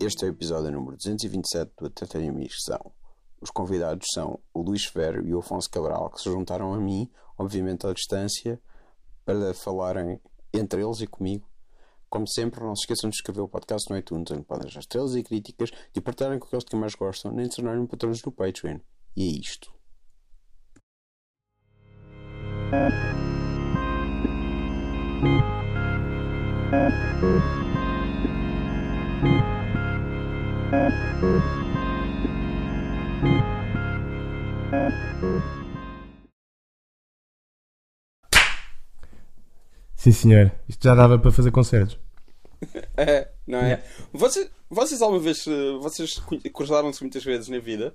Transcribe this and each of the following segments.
Este é o episódio número 227 do Até Tenho Missão. Os convidados são o Luís Ferro e o Afonso Cabral, que se juntaram a mim, obviamente à distância, para falarem entre eles e comigo. Como sempre, não se esqueçam de escrever o podcast no iTunes, onde podem deixar estrelas e críticas, de partilharem com aqueles que mais gostam, nem de tornarem patrões no Patreon. E é isto. Sim, senhor. Isto já dava para fazer concertos. É, não é? Vocês, vocês alguma vez eh, vocês cu- cruzaram-se muitas vezes na vida?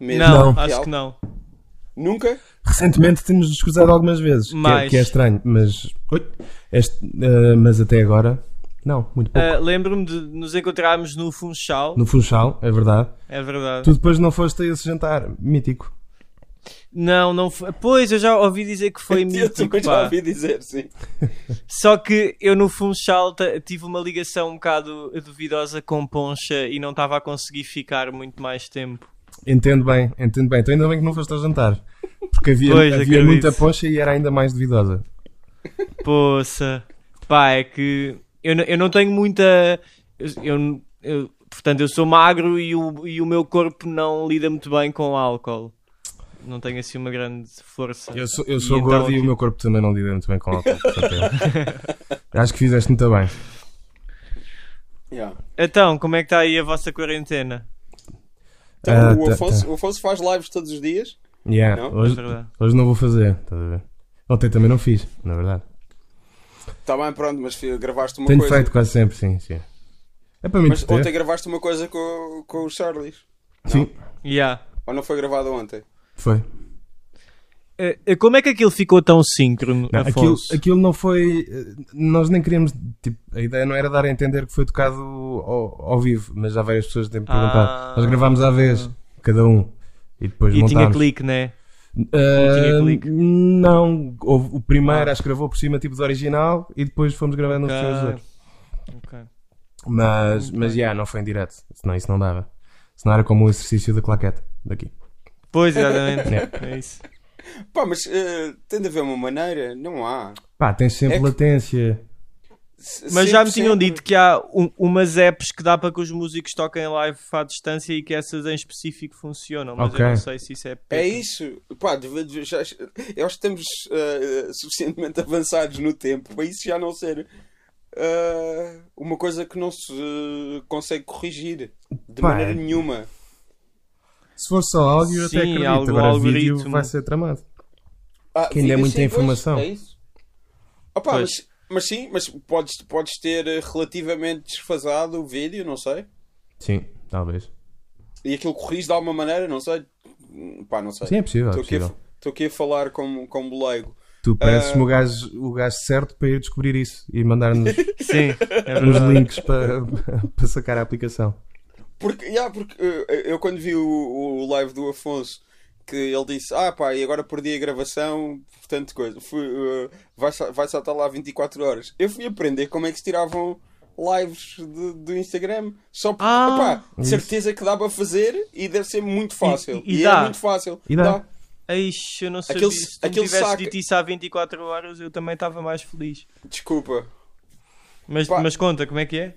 Mesmo Não. real? acho que não. Nunca? Recentemente temos nos cruzado algumas vezes, que é- que, é, Mais. estranho, mas. Ui, este, ah, mas até agora, não, muito pouco. Ah, Lembro-me de nos encontrarmos no Funchal, No Funchal, é verdade. é verdade. Tu depois não foste a esse jantar, mítico. Não, não foi. Pois, eu já ouvi dizer que foi eu mítico, também já pá. ouvi dizer, sim. Só que eu no Funchal ta- tive uma ligação um bocado duvidosa com Poncha e não estava a conseguir ficar muito mais tempo. Entendo bem, entendo bem. Então ainda bem que não foste ao jantar. Porque havia, Pois, havia acredito. muita poncha e era ainda mais duvidosa. Poça. Pá, é que eu, n- eu não tenho muita. eu- eu- eu- portanto, eu sou magro e o, e o meu corpo não lida muito bem com álcool. Não tenho assim uma grande força. Eu sou, eu sou E então gordo e aqui- o meu corpo também não lida muito bem com álcool. portanto, eu- Acho que fizeste muito bem. Yeah. Então, como é que está aí a vossa quarentena? Então, Ah, o, tá, Afonso, o Afonso faz lives todos os dias? Yeah, Não, hoje, é verdade. hoje não vou fazer, estás a ver? Ontem também não fiz, na verdade. Está Tá bem, pronto, mas fi- gravaste uma Tenho coisa. feito quase sempre, sim, sim. É para mim Mas entreter. ontem gravaste uma coisa com, com os Charlies. Sim, Yeah. Ou não foi gravado ontem? foi. Eh, eh, Como é que aquilo ficou tão síncrono, Não, aquilo, Afonso? aquilo não foi. eh, Nós nem queríamos. Tipo, a ideia não era dar a entender que foi tocado ao, ao vivo, mas já várias pessoas têm perguntado. Ah. nós gravámos à vez, cada um. E depois E tinha montámos. clique, né? Ah, tinha clique? Não, houve- o primeiro acho que gravou por cima tipo do original e depois fomos gravando uns com os Ah, outros. ok. Mas, Muito mas já, bem. não foi em direto. Senão isso não dava. Senão era como o exercício da claquete daqui. Pois, exatamente. Yeah. é isso. Pá, mas eh, tem de haver uma maneira? Não há. Pá, tens sempre É que- latência. S- Mas já me 100%. tinham dito que há um- umas apps que dá para que os músicos toquem live à distância e que essas em específico funcionam, mas Ok. eu não sei se isso é... É isso, pá, deve- deve- já, eu acho que estamos ah, suficientemente avançados no tempo para isso já não ser ah, uma coisa que não se ah, consegue corrigir de Pá, maneira é. nenhuma. Se for só áudio, eu até Sim, acredito. algo- Agora algoritmo. vídeo vai ser tramado. Ah, Que ainda é fica muita assim, pois, informação. é isso. Ah, pá, Pois. mas, mas sim, mas podes, podes ter eh, relativamente desfasado o vídeo, não sei, Sim, talvez. e aquilo corrige de alguma maneira, não sei, Hum, pá, não sei. Sim, é possível, é Estou aqui, a possível. fa- estou aqui a falar como, como leigo. Tu pareces-me o, gajo, o gajo certo para ir descobrir isso e mandar-nos Sim, é uns verdade. links para, para sacar a aplicação. Porque, yeah, porque eh, eu quando vi o, o live do Afonso que ele disse, ah pá, e agora perdi a gravação, portanto coisa, fui, eh, vai, sa- vai saltar lá 24 horas. Eu fui aprender como é que se tiravam lives de- do Instagram. Só porque, Ah! opá, de Isso. certeza que dá para fazer e deve ser muito fácil. e é dá. muito fácil. E dá. Ixi, eu não sei Aquele- se tu me aquele tivesse saca- dito isso há 24 horas, eu também estava mais feliz. Desculpa. Mas, Pá. mas conta, como é que é?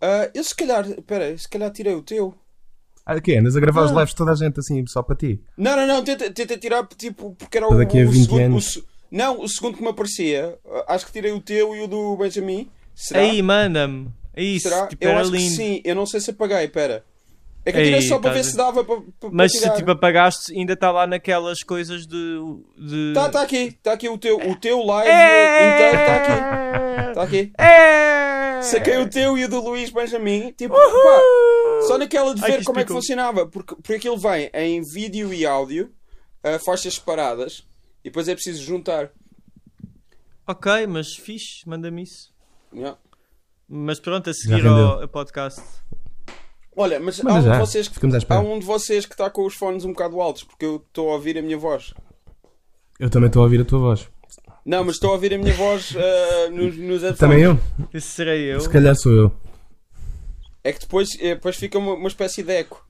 Ah, eu se calhar, pera, se calhar tirei o teu. Ah, o quê? Andas a gravar os lives de toda a gente assim, só para ti? Não, não, não, tenta, tenta tirar, tipo, porque era o, Para daqui a o 20 segundo. o anos. se- não, o segundo que me aparecia. ah, Acho que tirei o teu e o do Benjamin. Será? Aí, manda-me. É isso, Será? tipo, Eu era acho que lindo. sim, eu não sei se apaguei, pera. É que eu Ei, tirei só para ver estás a- se dava para. para Mas tirar. se tipo apagaste, ainda está lá naquelas coisas de. de... Tá, tá aqui, tá aqui o teu, o teu live É. inteiro, tá aqui. Tá aqui. É! Saquei o teu e o do Luís Benjamin. Tipo, pá, só naquela de Ai, ver que como é que espicou. funcionava. Porque, porque aquilo vem em vídeo e áudio, ah, faixas separadas, e depois é preciso juntar. Ok, mas fixe, manda-me isso. Yeah. Mas pronto, a seguir Já rendeu. ao, ao podcast. Olha, mas Manda há um, já, de vocês que, ficamos à espera. há um de vocês que está com os fones um bocado altos, porque eu estou a ouvir a minha voz. Eu também estou a ouvir a tua voz. Não, mas estou a ouvir a minha voz ah, nos, nos headphones. Também eu? Esse serei eu. Se calhar sou eu. É que depois, é, depois fica uma, uma espécie de eco.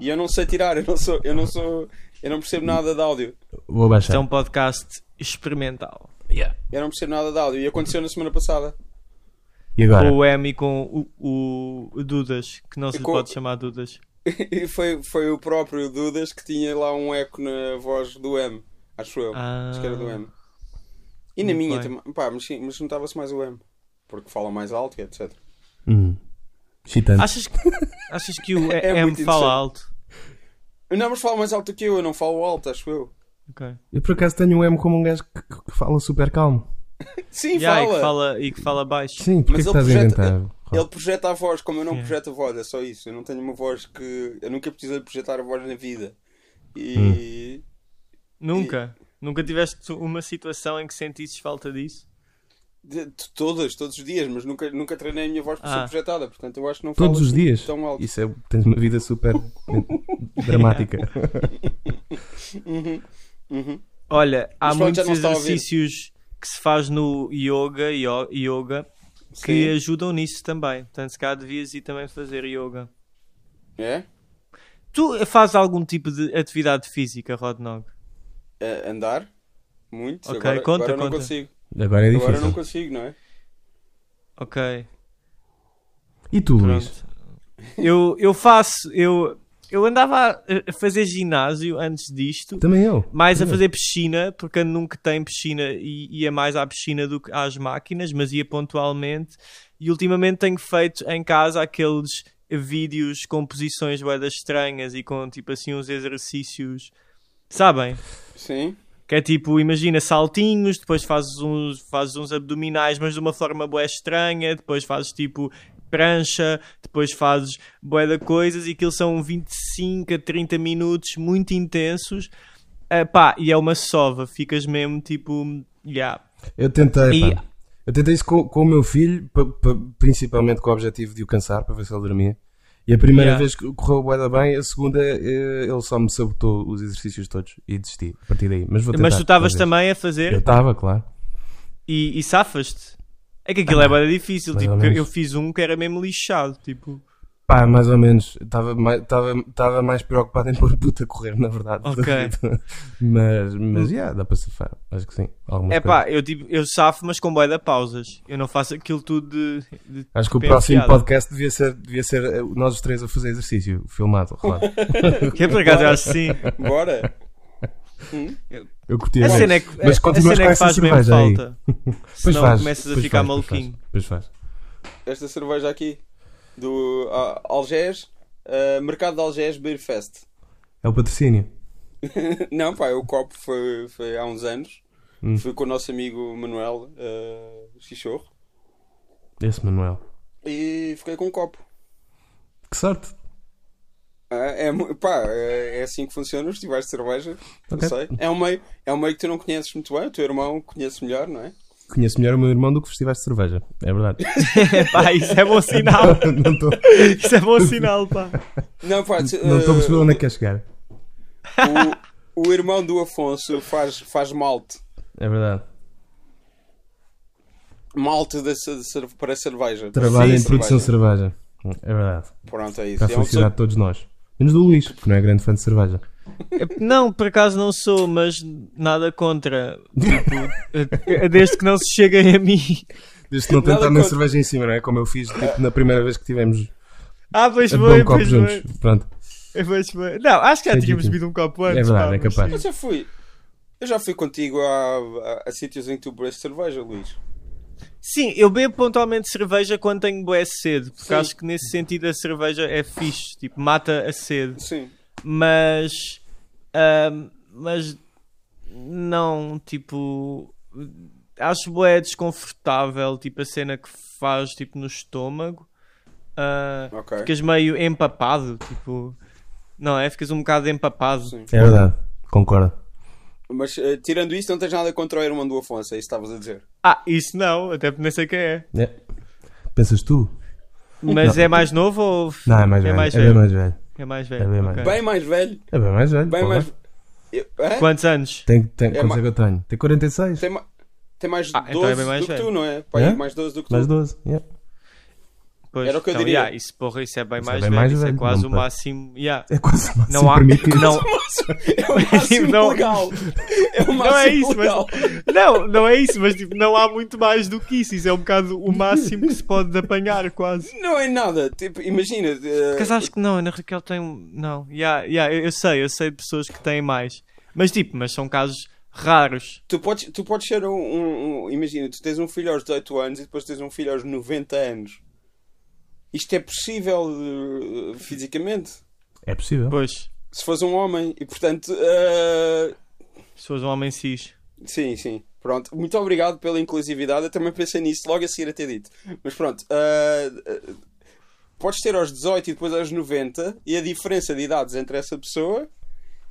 E eu não sei tirar, eu não sou, eu não sou, eu não percebo nada de áudio. Vou Isto é baixar. um podcast experimental. Eu não percebo nada de áudio. E aconteceu na semana passada. E agora? Com o M e com o, o Dudas, que não se E lhe com- pode chamar Dudas. E foi, foi o próprio Dudas que tinha lá um eco na voz do M, acho eu. Ah. Acho que era do M. E na Muito minha bem. também. Pá, mas, sim, mas notava-se mais o M. Porque fala mais alto e etc. Hum. Excitante. Achas que, achas que o É M muito fala interessante. alto? Não, mas fala mais alto que eu, eu não falo alto, acho eu. Ok. Eu por acaso tenho o M como um gajo que, que- que fala super calmo. Sim, Yeah, fala. E, que fala, e que fala baixo. Sim, porque é Mas que ele estás a projeta- inventar? Ele projeta a voz, como eu não Yeah. projeto a voz, é só isso. Eu não tenho uma voz que. Eu nunca precisei projetar a voz na vida. E. Nunca? Nunca tiveste uma situação em que sentisses falta disso? De, de todas, todos os dias, mas nunca, nunca treinei a minha voz para Ah. ser projetada, portanto eu acho que não falo Todos os assim dias? tão alto. Isso é. Tens uma vida super dramática. Uhum, uhum. Olha, há Mas pronto, já muitos não se está a ouvir. exercícios que se faz no yoga, io- yoga que Sim. ajudam nisso também. Portanto, se calhar devias ir também fazer yoga. É? Tu fazes algum tipo de atividade física, Rodnog? É, andar? Muito. Ok, agora, conta, agora não conta. consigo. Agora é Agora difícil. não consigo, não é? Ok. E tu, Luís? Pronto. Eu, eu faço, eu, eu andava a- a fazer ginásio antes disto, Também eu. mais a Também eu. fazer piscina, porque nunca tem piscina e ia mais à piscina do que às máquinas, mas ia pontualmente. E ultimamente tenho feito em casa aqueles vídeos com posições boedas estranhas e com tipo assim uns exercícios, sabem? Sim. Que é tipo, imagina saltinhos, depois fazes uns, fazes uns abdominais, mas de uma forma bué estranha, depois fazes tipo prancha, depois fazes bué de coisas e aquilo são 25 a 30 minutos muito intensos. Ah, pá, e é uma sova, ficas mesmo tipo, yeah. Eu tentei, E- pá. Eu tentei isso com, com o meu filho, pa- pa- principalmente com o objetivo de o cansar, para ver se ele dormia. E a primeira Yeah. vez que correu bué da bem, a segunda eh, ele só me sabotou os exercícios todos e desisti a partir daí. Mas vou tentar. Mas tu estavas outra vez. também a fazer Eu estava, claro. e, e safas-te. É que aquilo é bué de difícil, mais tipo, ou que Ah, menos. eu fiz um que era mesmo lixado, tipo, Pá, mais ou menos. Estava mais, estava- estava mais preocupado em pôr puta a correr, na verdade. Ok. mas, mas, yeah, dá para safar. Acho que sim. Algumas é coisas. pá, eu, tipo, eu safo, mas com bué de pausas. Eu não faço aquilo tudo de, de Acho que o penteado. próximo podcast devia ser, devia ser eh, nós os três a fazer exercício, filmado, claro. Que é por acaso, eu acho que sim. Bora. Eu curti A bué. cena é que, Mas a- a continuas cena é com que essa faz mesmo cerveja aí. falta. Pois Senão faz, começas a pois ficar faz, pois maluquinho. faz, Pois faz. Esta cerveja aqui do ah, Algés, ah, Mercado de Algés Beer Fest. É o patrocínio. Não, pá, o copo foi, foi há uns anos. Hum. Fui com o nosso amigo Manuel ah, Chichorro Esse Manuel. e fiquei com um copo. Que sorte. Ah, É, mu- pá, é é assim que funciona os festivais de cerveja. Não Ok. sei. É um, meio, é um meio que tu não conheces muito bem, o teu irmão conhece melhor, não é? Conheço melhor o meu irmão do que festivais de cerveja. É verdade. Pá, isso é bom sinal. não estou Isso é bom sinal, pá. Não, pá, se- não estou a perceber eh, onde é que quer chegar. o, o irmão do Afonso faz, faz malte. É verdade. Malte de, ce- de cer- para cerveja. Trabalho em Sim, produção de cerveja. É verdade. Pronto, é isso. Para a um É uma felicidade de todos nós. Menos do Luís, que não é grande fã de cerveja. É, Não, por acaso não sou, mas nada contra. Tipo, eh, desde que não se cheguem a mim. Desde que não Nada tentar na contra- cerveja em cima, não é? Como eu fiz tipo, na primeira vez que tivemos Ah, pois a beber foi, um copo pois foi. É, juntos. Pronto. Pois foi. Não, acho que já Sei tínhamos disso. bebido um copo antes. É verdade, pá, é mas capaz. Eu já fui. Eu já fui contigo a, a, a sítios em que tu bebes cerveja, Luís. Sim, eu bebo pontualmente cerveja quando tenho bué sede, porque Sim. acho que nesse sentido a cerveja é fixe, tipo, mata a sede. Sim. mas ahm, mas não tipo acho bué desconfortável tipo a cena que faz tipo no estômago Ah, Ok. ficas meio empapado tipo não é ficas um bocado empapado Sim. É verdade. Concordo. Mas eh, tirando isso, não tens nada contra o irmão do Afonso, é isso que estavas a dizer. ah isso não até porque nem sei quem é É. Pensas tu? mas é mais novo ou Não, é mais velho. É bem mais velho. é mais velho É bem mais ok. velho. Bem mais velho. É bem mais velho. Bem porra. mais. Eu- Hã? quantos anos Tem, tem, É quantos ma- é que eu tenho? Tem 46? Tem, ma- tem mais Ah, 12 então é bem mais do que velho. tu, não é? Pai, É? mais 12 do que tu. Mais 12. yeah. Pois, Era o que eu então, diria. yeah, isso, porra, isso é bem Isso é mais bem velho, mais isso é velho, quase não o tá. máximo. Yeah. É quase o máximo Não há- permitido. não, É o máximo Não. legal. É o máximo não é isso, legal. mas não, não é isso, mas tipo, não há muito mais do que isso. Isso é um bocado o máximo que se pode apanhar, quase. Não é nada. Tipo, imagina. eh, Porque acho que não, a Ana Raquel tem um. Não, yeah, yeah, eu, eu sei, eu sei de pessoas que têm mais. Mas tipo, mas são casos raros. Tu podes, tu podes ser um, um- um- Imagina, tu tens um filho aos 18 anos e depois tens um filho aos 90 anos. Isto é possível eh, fisicamente. É possível. Pois, Se fores um homem. E portanto. eh, pessoas um homem cis. Sim, sim. Pronto. Muito obrigado pela inclusividade. Eu também pensei nisso logo a seguir a ter dito. Mas pronto. ah, ah, podes ter aos 18 e depois aos 90 e a diferença de idades entre essa pessoa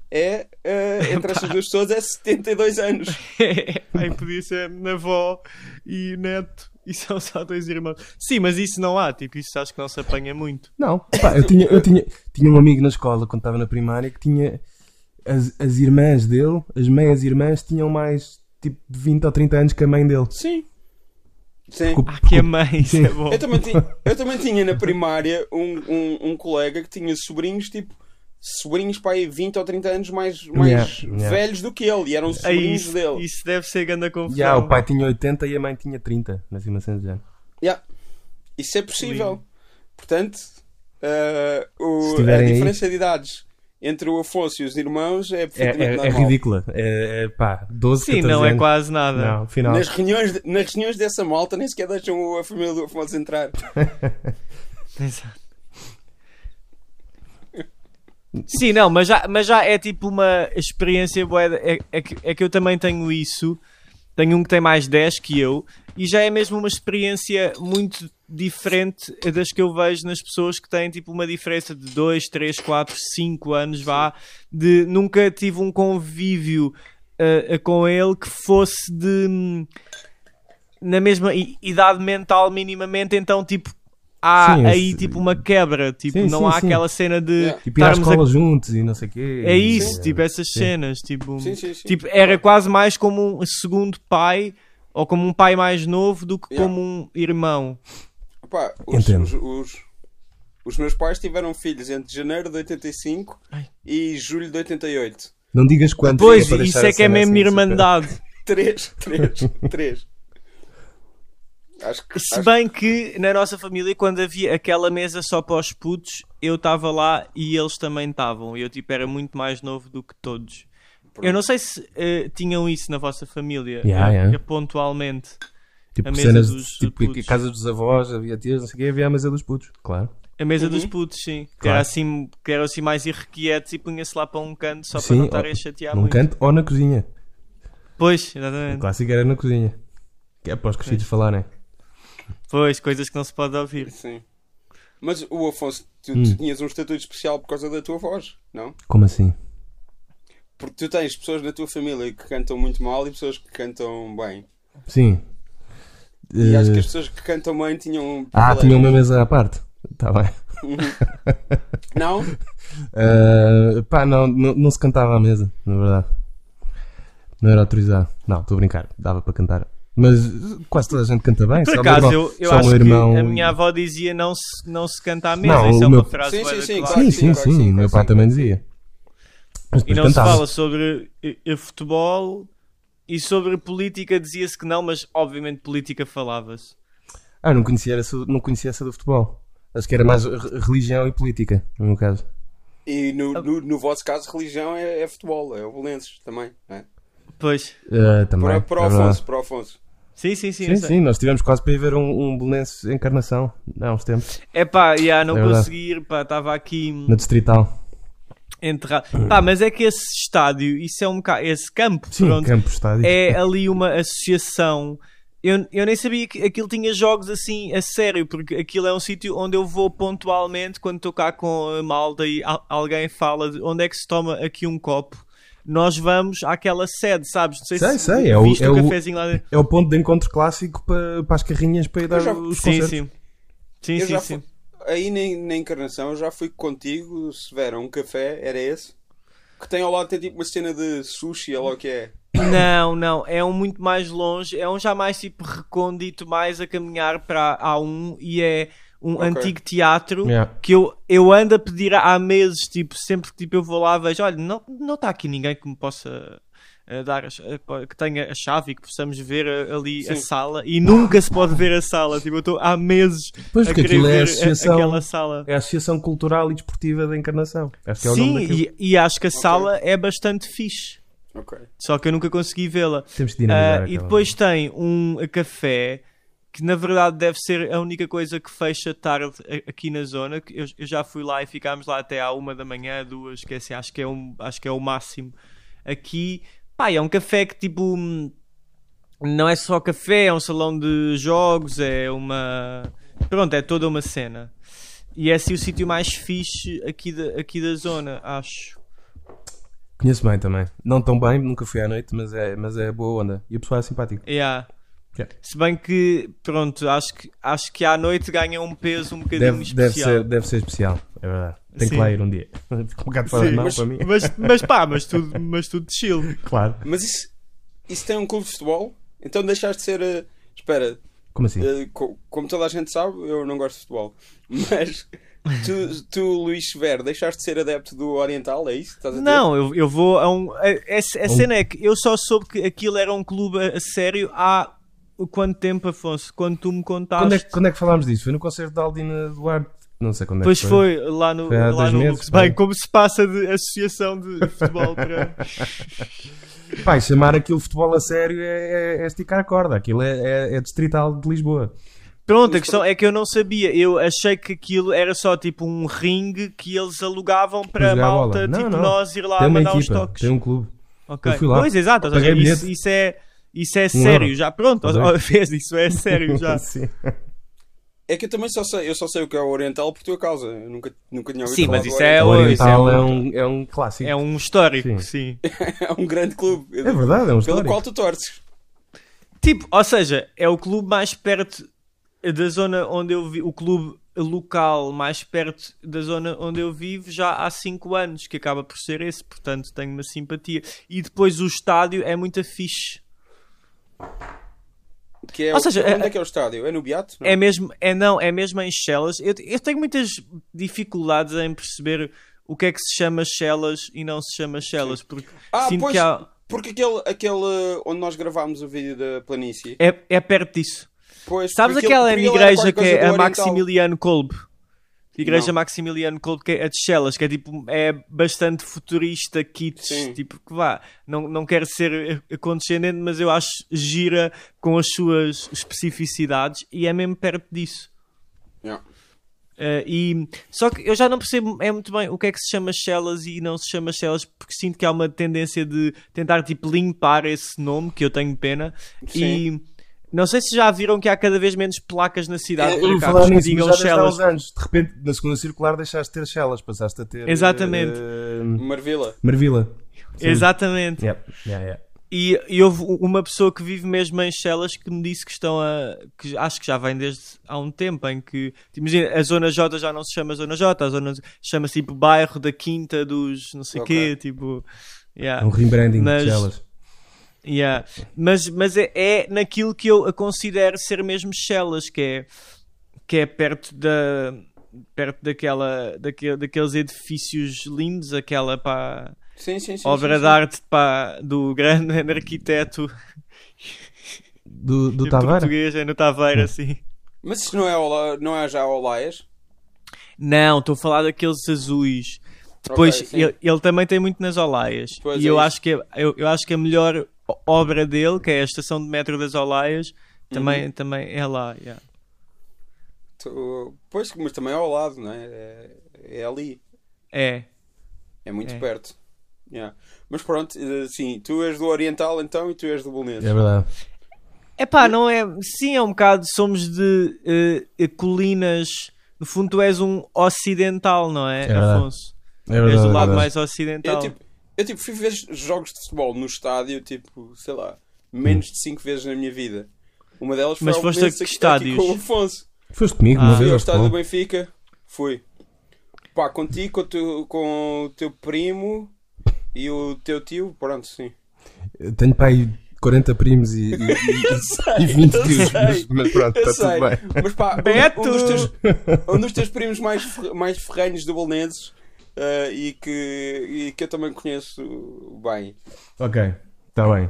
é. ah, entre essas duas pessoas é 72 anos. Aí podia ser na avó e neto. E são só dois irmãos. Sim, mas isso não há, tipo, isso acho que não se apanha muito. Não, pá, eu, tinha, eu tinha, tinha um amigo na escola quando estava na primária que tinha as, as irmãs dele, as meias irmãs, tinham mais tipo 20 ou 30 anos que a mãe dele. Sim. Sim. Porque- Ah, que é mãe, isso é bom. Eu também, ti- eu também tinha na primária um, um, um colega que tinha sobrinhos, tipo, sobrinhos para aí 20 ou 30 anos mais, mais Yeah, yeah. É velhos do que ele. E eram Aí, sobrinhos isso, dele. isso deve ser grande confusão. Já, o pai tinha 80 e a mãe tinha 30, na cima do género. Yeah. Isso é possível. Portanto, eh, o- Se a tiverem aí- diferença de idades entre o Afonso e os irmãos é É, perfeitamente é- é normal. ridícula. É, é, pá, 12, Sim, 14 não é anos. quase nada. Não, afinal. Nas reuniões, de- nas reuniões dessa malta nem sequer deixam o- a família do Afonso entrar. Exato. Sim, não, mas já, mas já é tipo uma experiência boa. É, é que, é que eu também tenho isso. Tenho um que tem mais 10 que eu, e já é mesmo uma experiência muito diferente das que eu vejo nas pessoas que têm tipo uma diferença de 2, 3, 4, 5 anos. Vá, de nunca tive um convívio ah, ah, com ele que fosse de hum, na mesma i- idade mental, minimamente. Então, tipo, há Sim, aí esse- tipo uma quebra, tipo, Sim, não sim, há sim. aquela cena de Yeah. Tipo, ir à estarmos a- escola juntos e não sei o quê. É E- isso, tipo, essas cenas, tipo, Sim, sim, sim. tipo, era quase mais como um segundo pai ou como um pai mais novo do que Yeah. como um irmão. Pá, os, Entendo. os, os- os meus pais tiveram filhos entre janeiro de 85 Ai. e julho de 88. Não digas quantos. Pois, para isso deixar é que é a cena mesmo assim, irmandade. Três, três, três. Acho que. Se acho- bem que na nossa família, quando havia aquela mesa só para os putos, eu estava lá e eles também estavam. Eu, tipo, era muito mais novo do que todos. Eu não sei se eh, tinham isso na vossa família, Yeah, eh, yeah. pontualmente. Tipo, A mesa cenas dos de- tipo, putos. em casa dos avós, havia tias, não sei o quê, havia a mesa dos putos. Claro. A mesa Uhum. dos putos, sim. Que, Claro. era assim, que eram assim mais irrequietos e punha-se lá para um canto só para Sim, não ó, estarem a chatear Num muito. canto ou na cozinha. Pois, O exatamente. clássico era na cozinha. Que é para os crescidos falarem. Pois, coisas que não se pode ouvir. Sim. Mas o Afonso, tu, tu Hum. tinhas um estatuto especial por causa da tua voz, não? Como assim? Porque tu tens pessoas na tua família que cantam muito mal e pessoas que cantam bem. Sim. E acho que Eh, as pessoas que cantam bem tinham um Ah, privilégio. tinha uma mesa à parte. Tá bem. Não? Eh, pá, não, não, não se cantava à mesa, na verdade. Não era autorizado. Não, estou a brincar. Dava para cantar. Mas eh, quase toda a gente canta bem. Por só o meu acaso, irmão- eu, eu só o acho meu irmão... que a minha avó dizia não se, não se canta à mesa. Não, Isso é o uma meu- frase Sim, sim, bué sim, clara. Sim, claro. sim, sim. sim, o meu sim, pai sim. também dizia. Mas E depois não cantava. se fala sobre eh, eh, futebol e sobre política dizia-se que não, mas obviamente política falava-se. Ah, não conhecia, essa, não conhecia essa do futebol. Acho que era mais re- religião e política, no meu caso. E no, no, no vosso caso, religião é, é futebol, é o Belenenses também, não é? Pois, Eh, também. Para, para o é verdade. Afonso, para o Afonso. sim, sim, Sim, sim. sim, nós tivemos quase para ir ver um, um Belenenses encarnação há uns tempos, É pá, já não É verdade. consegui ir, pá, estava aqui. na Distrital. enterrado. Pá, mas é que esse estádio, isso é um bocado. Esse campo, Sim, pronto, campo, estádio. é ali uma associação. Eu, eu nem sabia que aquilo tinha jogos assim a sério, porque aquilo é um sítio onde eu vou pontualmente quando estou cá com a malta e al- alguém fala de onde é que se toma aqui um copo. Nós vamos àquela sede, sabes? Não sei, Sei, se sei, é o- viste é o o- cafezinho lá dentro. É o ponto de encontro clássico para, para as carrinhas para ir dar já- os Sim, concertos. sim. Sim, Eu sim, já sim. fui- aí na, na encarnação eu já fui contigo, se tiveram um café, era esse? Que tem ao lado tem tipo uma cena de sushi, ou lá o que é. Não, não, é um muito mais longe, é um já mais tipo recôndito, mais a caminhar para a A1 e é um Ok. antigo teatro Yeah. que eu, eu ando a pedir há meses, tipo, sempre que tipo, eu vou lá, vejo, olha, não está aqui ninguém que me possa eh, dar, as- eh, pá, que tenha a chave e que possamos ver eh, ali a Sim. sala e nunca se pode ver a sala, tipo, eu estou há meses Pois a porque querer aquilo é a ver a- associação, aquela sala. é a associação Cultural e Desportiva da Encarnação. Acho que é o Sim, nome daquilo. e, e acho que a sala é bastante fixe, Ok. só que eu nunca consegui vê-la. Temos de dinamizar Ah, e aquela- depois tem um café que na verdade deve ser a única coisa que fecha tarde a- aqui na zona. que Eu, eu já fui lá e ficámos lá até à uma da manhã, duas, que é assim, acho que é, um, acho que é o máximo. Aqui, pá, é um café que tipo hum, não é só café, é um salão de jogos, é uma. Pronto, é toda uma cena. E é assim o sítio mais fixe aqui da, aqui da zona, acho. Conheço bem também. Não tão bem, nunca fui à noite, mas é, mas é boa onda. E o pessoal é simpático. Yeah. Yeah. Se bem que, pronto, acho que, acho que à noite ganha um peso um bocadinho Deve, deve, especial. ser, deve ser especial, é verdade. Tem que Sim. lá ir um dia. Fica um bocado fora Sim, de mão mas- para mim. Mas, mas pá, mas tudo, mas tudo chill. Claro. Mas isso, isso tem um clube de futebol? Então deixaste de ser. eh, espera, Como assim? eh, co- como toda a gente sabe, eu não gosto de futebol. Mas tu, tu Luís Ver, deixaste de ser adepto do Oriental, é isso? que Estás a dizer? Não, eu, eu vou a um. A, a- a cena é que eu só soube que aquilo era um clube a, a sério há quanto tempo, Afonso? Quando tu me contaste. Quando é, que- quando é que falámos disso? Foi no concerto da Aldina Duarte? Não sei quando é Pois que foi. foi, lá no, Foi há lá dois no meses, Lux. pá. Bem, como se passa de associação de futebol para. Pai, chamar aquilo futebol a sério é, é- é esticar a corda. Aquilo é, é- é distrital de Lisboa. Pronto, a questão é que eu não sabia. Eu achei que aquilo era só tipo um ringue que eles alugavam para a jogar a bola. malta, Não, tipo não. nós ir lá tem uma mandar uns equipa, toques. tem um clube. Ok. Eu fui lá, Pois, exato. ou paguei seja, isso, bilhete. Um isso é, isso é sério, euro. já pronto. Tá ó, ó, Vês, isso é sério já. Sim. É que eu também só sei, eu só sei o que é o Oriental por tua causa. Eu nunca, nunca tinha ouvido Sim, falar mas do isso é O Oriental. hoje, isso é Oriental é um, um, é um clássico. é um histórico, sim. É um grande clube. É verdade, é um Pelo histórico. qual tu torces. Tipo, ou seja, é o clube mais perto da zona onde eu vi o clube local mais perto da zona onde eu vivo já há 5 anos, que acaba por ser esse, portanto tenho uma simpatia. E depois o estádio é muito fixe. Que é Ou o- seja, onde é- é que é o estádio? É no Beato? Não? É mesmo, é não, é mesmo em Shellas. Eu, eu tenho muitas dificuldades em perceber o que é que se chama Shellas e não se chama Shellas, porque Ah, sinto pois, que há, porque aquele, aquele onde nós gravámos o vídeo da planície. é, é perto disso. Pois, Sabes porque aquela aquele- porque ele era qualquer igreja que coisa é do a Oriental. Maximiliano Kolbe? Igreja Não. Maximiliano Kolbe, que é a de Shellas, que é tipo, é bastante futurista, kits, Sim. tipo, que vá, não, não quero ser eh, condescendente, mas eu acho gira com as suas especificidades e é mesmo perto disso. Yeah. Eh, e, só que eu já não percebo é muito bem o que é que se chama Shellas e não se chama Shellas, porque sinto que há uma tendência de tentar tipo, limpar esse nome, que eu tenho pena. Sim. E não sei se já viram que há cada vez menos placas na cidade por acaso, É, falar que nisso, digam mas já desde há uns Shellas. anos. De repente, na segunda circular, deixaste de ter Shellas, passaste a ter. Exatamente. eh, Marvila. Marvila. Sim. Exatamente. Yeah, yeah, yeah. E, e houve uma pessoa que vive mesmo em Chelas que me disse que estão a. que acho que já vem desde há um tempo em que. Imagina, a Zona J já não se chama Zona J, a Zona chama-se tipo bairro da Quinta dos não sei o Ok. quê, tipo. yeah. É um rebranding Mas- de Shellas. Yeah. Mas, mas é, é naquilo que eu a considero ser mesmo Shellas, que é, que é perto da perto daquela daque- daqueles edifícios lindos, aquela pá, Sim, sim, sim. obra sim, de arte pá, do grande arquiteto Do, do Tavares? português, é no Taveira, assim. sim. Mas isso não é, Ola... não é já Olaias? Não, estou a falar daqueles azuis. Depois, Ok, sim. ele, ele também tem muito nas Olaias. Pois e é eu, isso. acho que, eu, eu acho que a melhor o- obra dele, que é a Estação de Metro das Olaias, Uhum. também, também é lá. yeah. Tu- Pois, mas também é ao lado, não é? É, é ali. É. É muito É. perto. Yeah. Mas pronto, eh, sim, tu és do Oriental então e tu és do É Bolonês. verdade. É pá, não é. Sim, é um bocado. Somos de eh, eh, colinas. No fundo, tu és um ocidental, não é, É verdade. Afonso? É verdade. és do é lado verdade. mais Eu ocidental. tipo, eu tipo fui ver jogos de futebol no estádio, tipo, sei lá, menos de 5 vezes na minha vida. Uma delas foi Mas ao foste a Bolonenses que aqui- aqui estádios? com o Afonso. Foste comigo Ah. uma Fui vez ao ao estádio do futebol. Benfica, fui. Pá, contigo, com, o teu- com o teu primo e o teu tio, pronto, sim. Eu Tenho para aí 40 primos e, e, e, e 20 eu tios. sei. Mas, mas pronto, Eu está Tá tudo sei, bem. mas pá, um- Beto! Um, dos teus, um dos teus primos mais, fer- mais ferrenhos do Bolonenses eh, e, que, e que eu também conheço bem. Ok, está bem.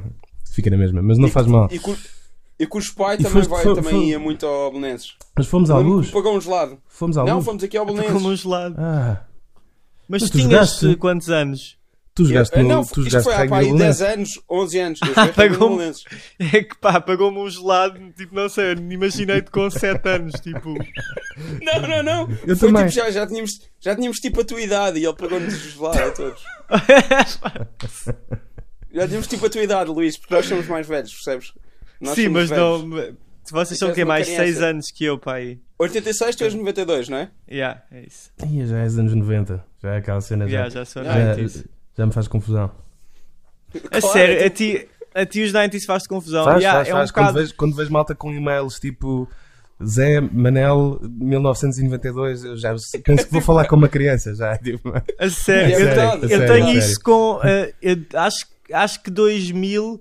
Fica na mesma, mas não faz mal. E, cu, e cujo pai E também, foste- vai, fo- também fo- ia muito ao Bolonenses. Mas fomos à luz? Pagou um gelado. Fomos à luz? Não, Então fomos aqui ao Como um Bolonenses. gelado. Ah, Mas, Mas tu tinhas jogaste? quantos anos? tu jogaste Eh, no, não, tu isto jogaste foi há rugby pá, aí no 10 Lance? anos, 11 anos. Eu joguei Pagou-me. um- rugby no Bolonenses. É que pá, pagou-me um gelado, tipo, não sei, eu imaginei-te com 7 anos, tipo. Não, não, não. Eu Foi também. tipo, já, já, tínhamos, já tínhamos tipo a tua idade e ele pagou-nos os gelados a todos. já tínhamos tipo a tua idade, Luís, porque nós somos mais velhos, percebes? Nós Sim, somos mas velhos. não. Vocês são o és quê? uma Mais criança. 6 anos que eu, pai. 86, tu és 92, não é? Yeah, é isso. Ih, já é dos anos 90. Já é aquela cena. Yeah, já sou já, é 90s. já me faz confusão. A Claro, sério, é a ti, a ti os 90s faz-te confusão. Faz, Yeah, faz, é um faz. bocado. Quando, vejo, quando vejo malta com e-mails tipo Zé Manel 1992, eu já penso que vou falar com uma criança. Já, tipo, A É sério, eu, verdade, tenho- é eu sério, tenho é isso sério. com. eh, eu acho, acho que 2000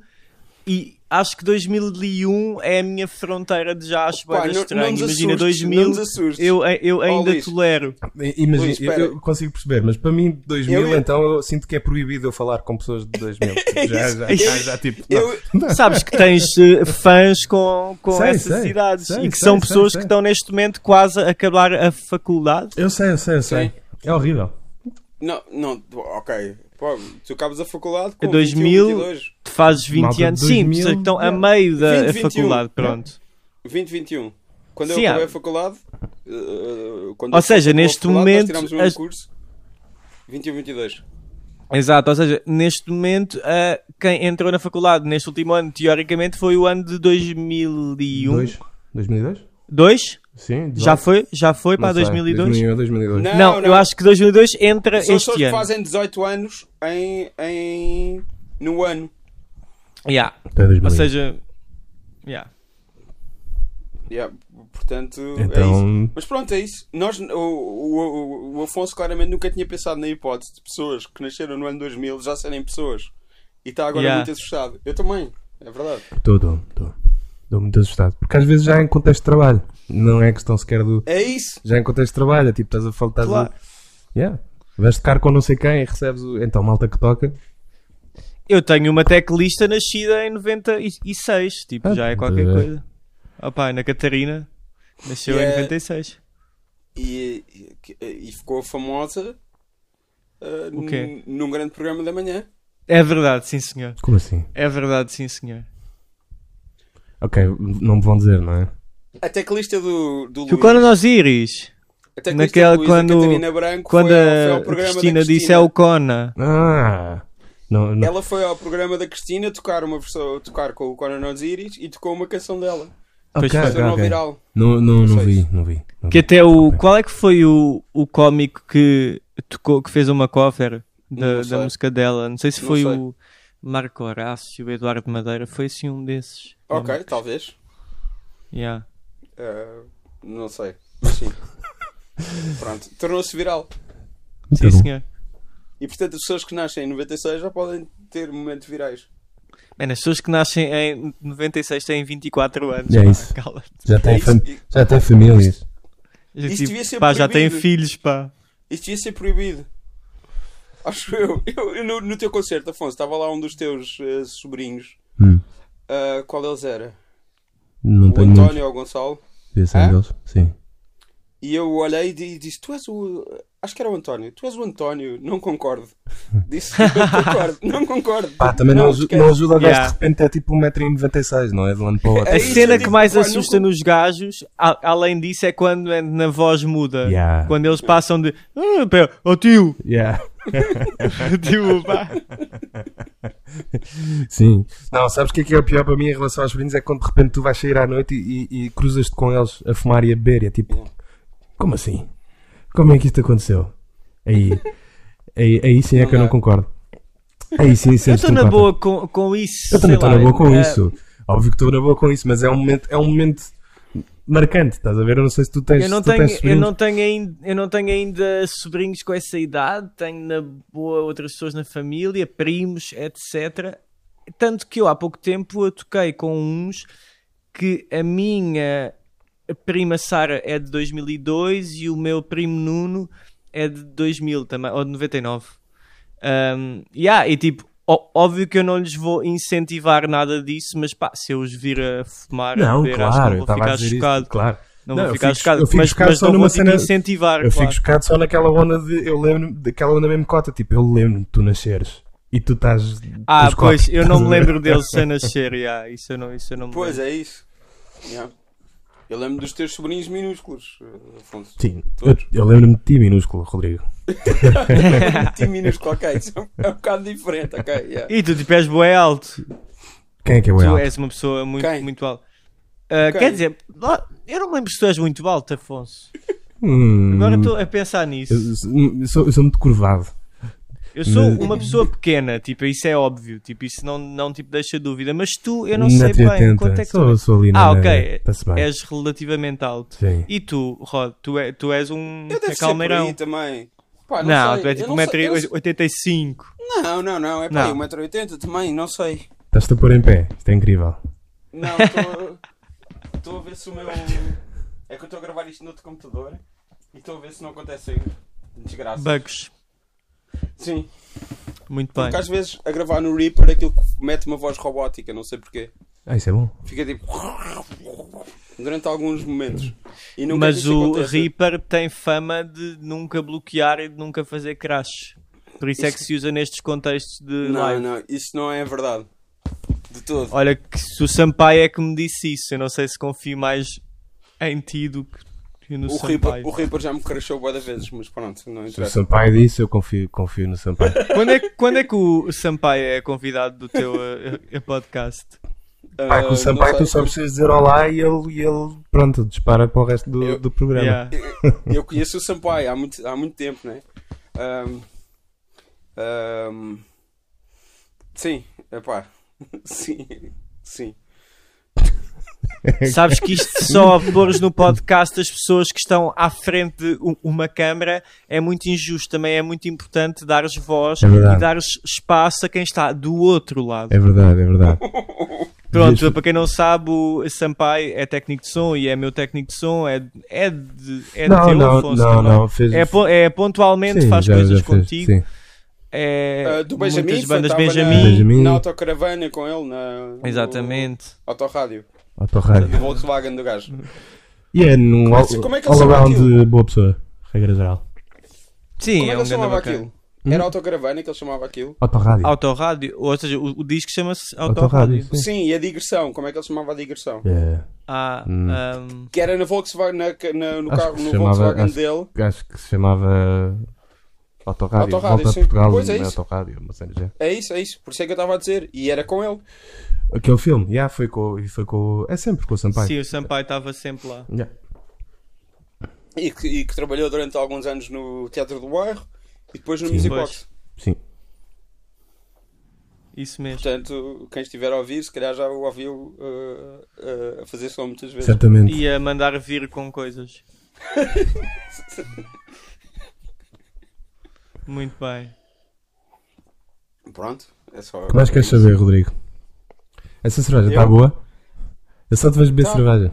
e. Acho que 2001 é a minha fronteira de já acho Pá, bem não- estranho. não nos Imagina, assustes, 2000 não nos assustes. eu, eh, eu ainda Luís. tolero. Imagina, Luís, espera. eu, eu consigo perceber, mas para mim, 2000, Eu ia- então eu sinto que é proibido eu falar com pessoas de 2000. já, já, já, já, tipo. não. Eu, Sabes que tens eh, fãs com, com Sei, essas sei, idades sei, e que sei, são sei, pessoas sei. que estão neste momento quase a acabar a faculdade. Eu sei, eu sei, eu sei. Sim. É horrível. não, não, ok. Pô, tu acabas a faculdade com 2000, 20, 22, Tu fazes 20 Malta de anos. Sim, 2000, pessoas que estão a yeah. meio da 20, 21, faculdade. Pronto. 20, 21. Quando Sim, eu acabei há- a faculdade, eh, quando Ou eu seja, acabei a neste faculdade, momento, nós tirámos o as- mesmo curso. 21, 22. Exato, ou seja, neste momento, ah, quem entrou na faculdade neste último ano, teoricamente, foi o ano de 2001. Dois? 2002? Dois? Sim, um? Já foi, já foi para 2002? 2001, 2002. Não. Não, eu acho que 2002 entra São pessoas este que ano. fazem 18 anos em, em, no ano. Yeah. Até 2000. Ou seja, yeah. Yeah, portanto, é isso. então, Mas pronto, é isso. Nós, o, o, o- o Afonso claramente nunca tinha pensado na hipótese de pessoas que nasceram no ano 2000 já serem pessoas. E está agora Yeah. muito assustado. Eu também, é verdade. estou, estou, estou. Estou muito assustado. Porque às vezes já é em contexto de trabalho. Não é questão sequer do. É isso. Já em contexto de trabalho, é tipo, estás a faltar. Claro. Yeah. Vais tocar com não sei quem e recebes o. Então, malta que toca. Eu tenho uma teclista nascida em 96, tipo, Ah, já é tá qualquer bem. coisa. Opa, Ana Catarina nasceu Yeah. em 96. E, e, e ficou famosa ah, O quê? num- num grande programa da manhã. É verdade, sim senhor. Como assim? É verdade, sim senhor. Ok, não me vão dizer, não é? A teclista do, do Luís. Que o Conan Osiris, a teclista naquela- do Luís, a quando- Catarina Branco, quando foi, ao- foi a ao programa Cristina, da disse é o Conan. Ah! Não, não. Ela foi ao programa da Cristina tocar uma versão, tocar com o Conan Osiris e tocou uma canção dela. Pois Ok, foi. ok, Tornou ok. viral. Não, não, não Só vi, isso. não vi. não Que vi. até o. Qual é que foi o, o cómico que, tocou, que fez uma cover Não da, sei. da música dela? Não sei se Não foi sei. o Marco Horácio, o Eduardo Madeira, foi assim um desses. Ok, talvez. Yeah. Ah, não sei. Mas sim. Pronto, tornou-se viral. Muito Sim, Tá bom. é senhor. E portanto, as pessoas que nascem em 96 já podem ter momentos virais. Mano, as pessoas que nascem em 96 têm 24 anos. É pá, isso. cala-te. Já tem, É isso. fam... já tem famílias. Já, Isso tipo, devia ser pá, já têm proibido. filhos, pá. Isto devia ser proibido. Acho eu. Eu- eu no, no teu concerto, Afonso, estava lá um dos teus eh, sobrinhos. Hum, Ah, qual eles era? não O tenho muitos. António ou o Gonçalo? Devia ser um Hã? deles? Sim. E eu olhei e disse: Tu és o. Acho que era o António. Tu és o António. Não concordo. Disse: Não concordo. Não concordo. Pá, também não, aju- esquece. não ajuda o gajo Yeah. de repente é tipo 1,96m, não é? De um ano para o outro. É a isso, cena eu que digo, mais pá, assusta nunca- nos gajos, a- além disso, é quando é na voz muda. Yeah. Quando eles passam de. Ah, pera, oh tio! Yeah. tipo, pá. Sim. Não, sabes o que é que é o pior para mim em relação aos sobrinhos? É quando de repente tu vais sair à noite e, e- e cruzas-te com eles a fumar e a beber e é tipo, como assim? Como é que isto aconteceu? Aí, aí, aí sim é que eu não dá. concordo. Aí sim, sim Eu estou na boa com, com isso. é Eu também sei estou lá, na boa com é- isso. Óbvio que estou na boa com isso, mas é um momento, é um momento marcante, estás a ver? Eu não sei se tu tens, Eu não, se tu tenho, tens eu, sobrinhos. não tenho ainda, eu não tenho ainda sobrinhos com essa idade, tenho na boa outras pessoas na família, primos, etc. Tanto que eu há pouco tempo eu toquei com uns que a minha prima Sara é de 2002 e o meu primo Nuno é de 2000 também, ou de 99. Um, yeah, e tipo, ó- óbvio que eu não lhes vou incentivar nada disso, mas pá, se eu os vir a fumar, a Não, beber, acho que claro, eu não vou estava a ficar dizer chocado. isso. Claro. Não, eu vou ficar fico- chocado, eu fico mas, chocado mas só não numa vou cena- te incentivar, Eu claro. fico chocado só naquela onda de. Eu lembro-me daquela onda mesmo cota, tipo, eu lembro-me de tu nasceres e tu estás. Ah, nos pois, copos, eu estás não a me ver? lembro deles a nascer, yeah, isso eu não, isso eu não me Pois lembro. é isso. Yeah. Eu lembro dos teus sobrinhos minúsculos, eh, Afonso. Sim, eu, eu lembro-me de ti, minúsculo, Rodrigo. Ti minúsculo, ok. Isso é um, é um bocado diferente, ok. yeah. E tu tipo és bué alto, Quem é que é o tu Elton? és uma pessoa muito, Quem? muito alta. Ah, Quem? Quer dizer, lá- eu não me lembro se tu és muito alto, Afonso. Hum, Agora estou a pensar nisso. eu, sou- eu sou, eu sou muito curvado. Eu sou Mas- uma pessoa pequena, tipo, isso é óbvio, tipo, isso não, não tipo, deixa dúvida, mas tu, eu não Na sei bem 380, quanto é que tu sou, sou ali na Ah, média, ok. Está-se bem. és relativamente alto. Sim. E tu, Rod, tu, é- tu és um Eu devo ser por calmeirão. aí também. Pá, Ah, não, não, sei. tu Eu és tipo não sei, eu não sei. 1,85m. Não, não, não. É pá, Não. 1,80m também, não sei. Estás-te a pôr em pé. Isto é incrível. Não, estou estou a ver se o meu. É que eu estou a gravar isto no outro computador e estou a ver se não acontecem desgraças. Bugs. Sim, Muito bem. porque às vezes a gravar no Reaper é aquilo que mete uma voz robótica, não sei porquê. Ah, isso é bom. Fica tipo. durante alguns momentos. E nunca Mas isso o acontece. Reaper tem fama de nunca bloquear e de nunca fazer crash. Por isso é que se usa nestes contextos de Não, live. não, isso não é verdade. De todo. Olha, que se o Sampaio é que me disse isso, eu não sei se confio mais em ti do que no O Sampaio. Reaper, o Reaper já me crashou boa vezes, mas pronto, não Se o interessa. Sampaio disse, eu confio, confio no Sampaio. Quando é, que- quando é que o Sampaio é convidado do teu eh, eh, podcast? Pá, Ah, com não o Sampaio sei. tu só precisas dizer olá e ele, e ele pronto, dispara para o resto do, Eu- do programa. Yeah. Eu conheço o Sampaio há muito, há muito tempo, né? Ahm, ahm, sim, epá. Sim, sim. Sabes que isto só pôres no podcast as pessoas que estão à frente de u- uma câmara é muito injusto. Também é muito importante dares voz É verdade. e dares espaço a quem está do outro lado. É verdade, é verdade. Pronto, para quem não sabe, o Sampaio é técnico de som e é meu técnico de som. É, é, de, é não, teu, não, Afonso, não, também. não, fez. É, po- é pontualmente, Sim, faz já- coisas já fez, contigo. sim. É, Ah, do Benjamin, muitas bandas foi, tava Benjamin. Na, Benjamin. na autocaravana com ele, na, no Exatamente. autorrádio, Autorrádio. do Volkswagen do gajo. E é num é all, que- como é que ele all sabe around aquilo? de boa pessoa, regra geral. Como é que Sim, é um ele grande chamava bacana. aquilo? Uhum. Era autocaravana que ele chamava aquilo? Autorrádio. Autorádio, ou seja, o, o disco chama-se Autorádio, Autorádio. sim. Sim, e a digressão, como é que ele chamava a digressão? É, Ah, Hum. ahm, Que era na Volkswagen, na, na- no Acho carro, que no se chamava- Volkswagen acho- dele. acho que se chamava Autorrádio. Autorrádio, Volta sim. a Portugal, Pois é é isso. Autorrádio, uma cena do género. É isso, é isso. Por isso é que eu estava a dizer. E era com ele. Aquele filme, yeah, foi com, e foi com. É sempre com o Sampaio. sim, o Sampaio estava sempre lá. Yeah. E que, e que trabalhou durante alguns anos no Teatro do Bairro e depois no Sim. Music Pois. Box. Sim. Isso mesmo. Portanto, quem estiver a ouvir, se calhar já o ouviu uh, uh, a fazer som muitas vezes. certamente. E a mandar vir com coisas. Muito bem. Pronto, é só. O que mais queres saber, Rodrigo? Essa cerveja está Eu? boa? Eu só te vejo beber Tá. cerveja.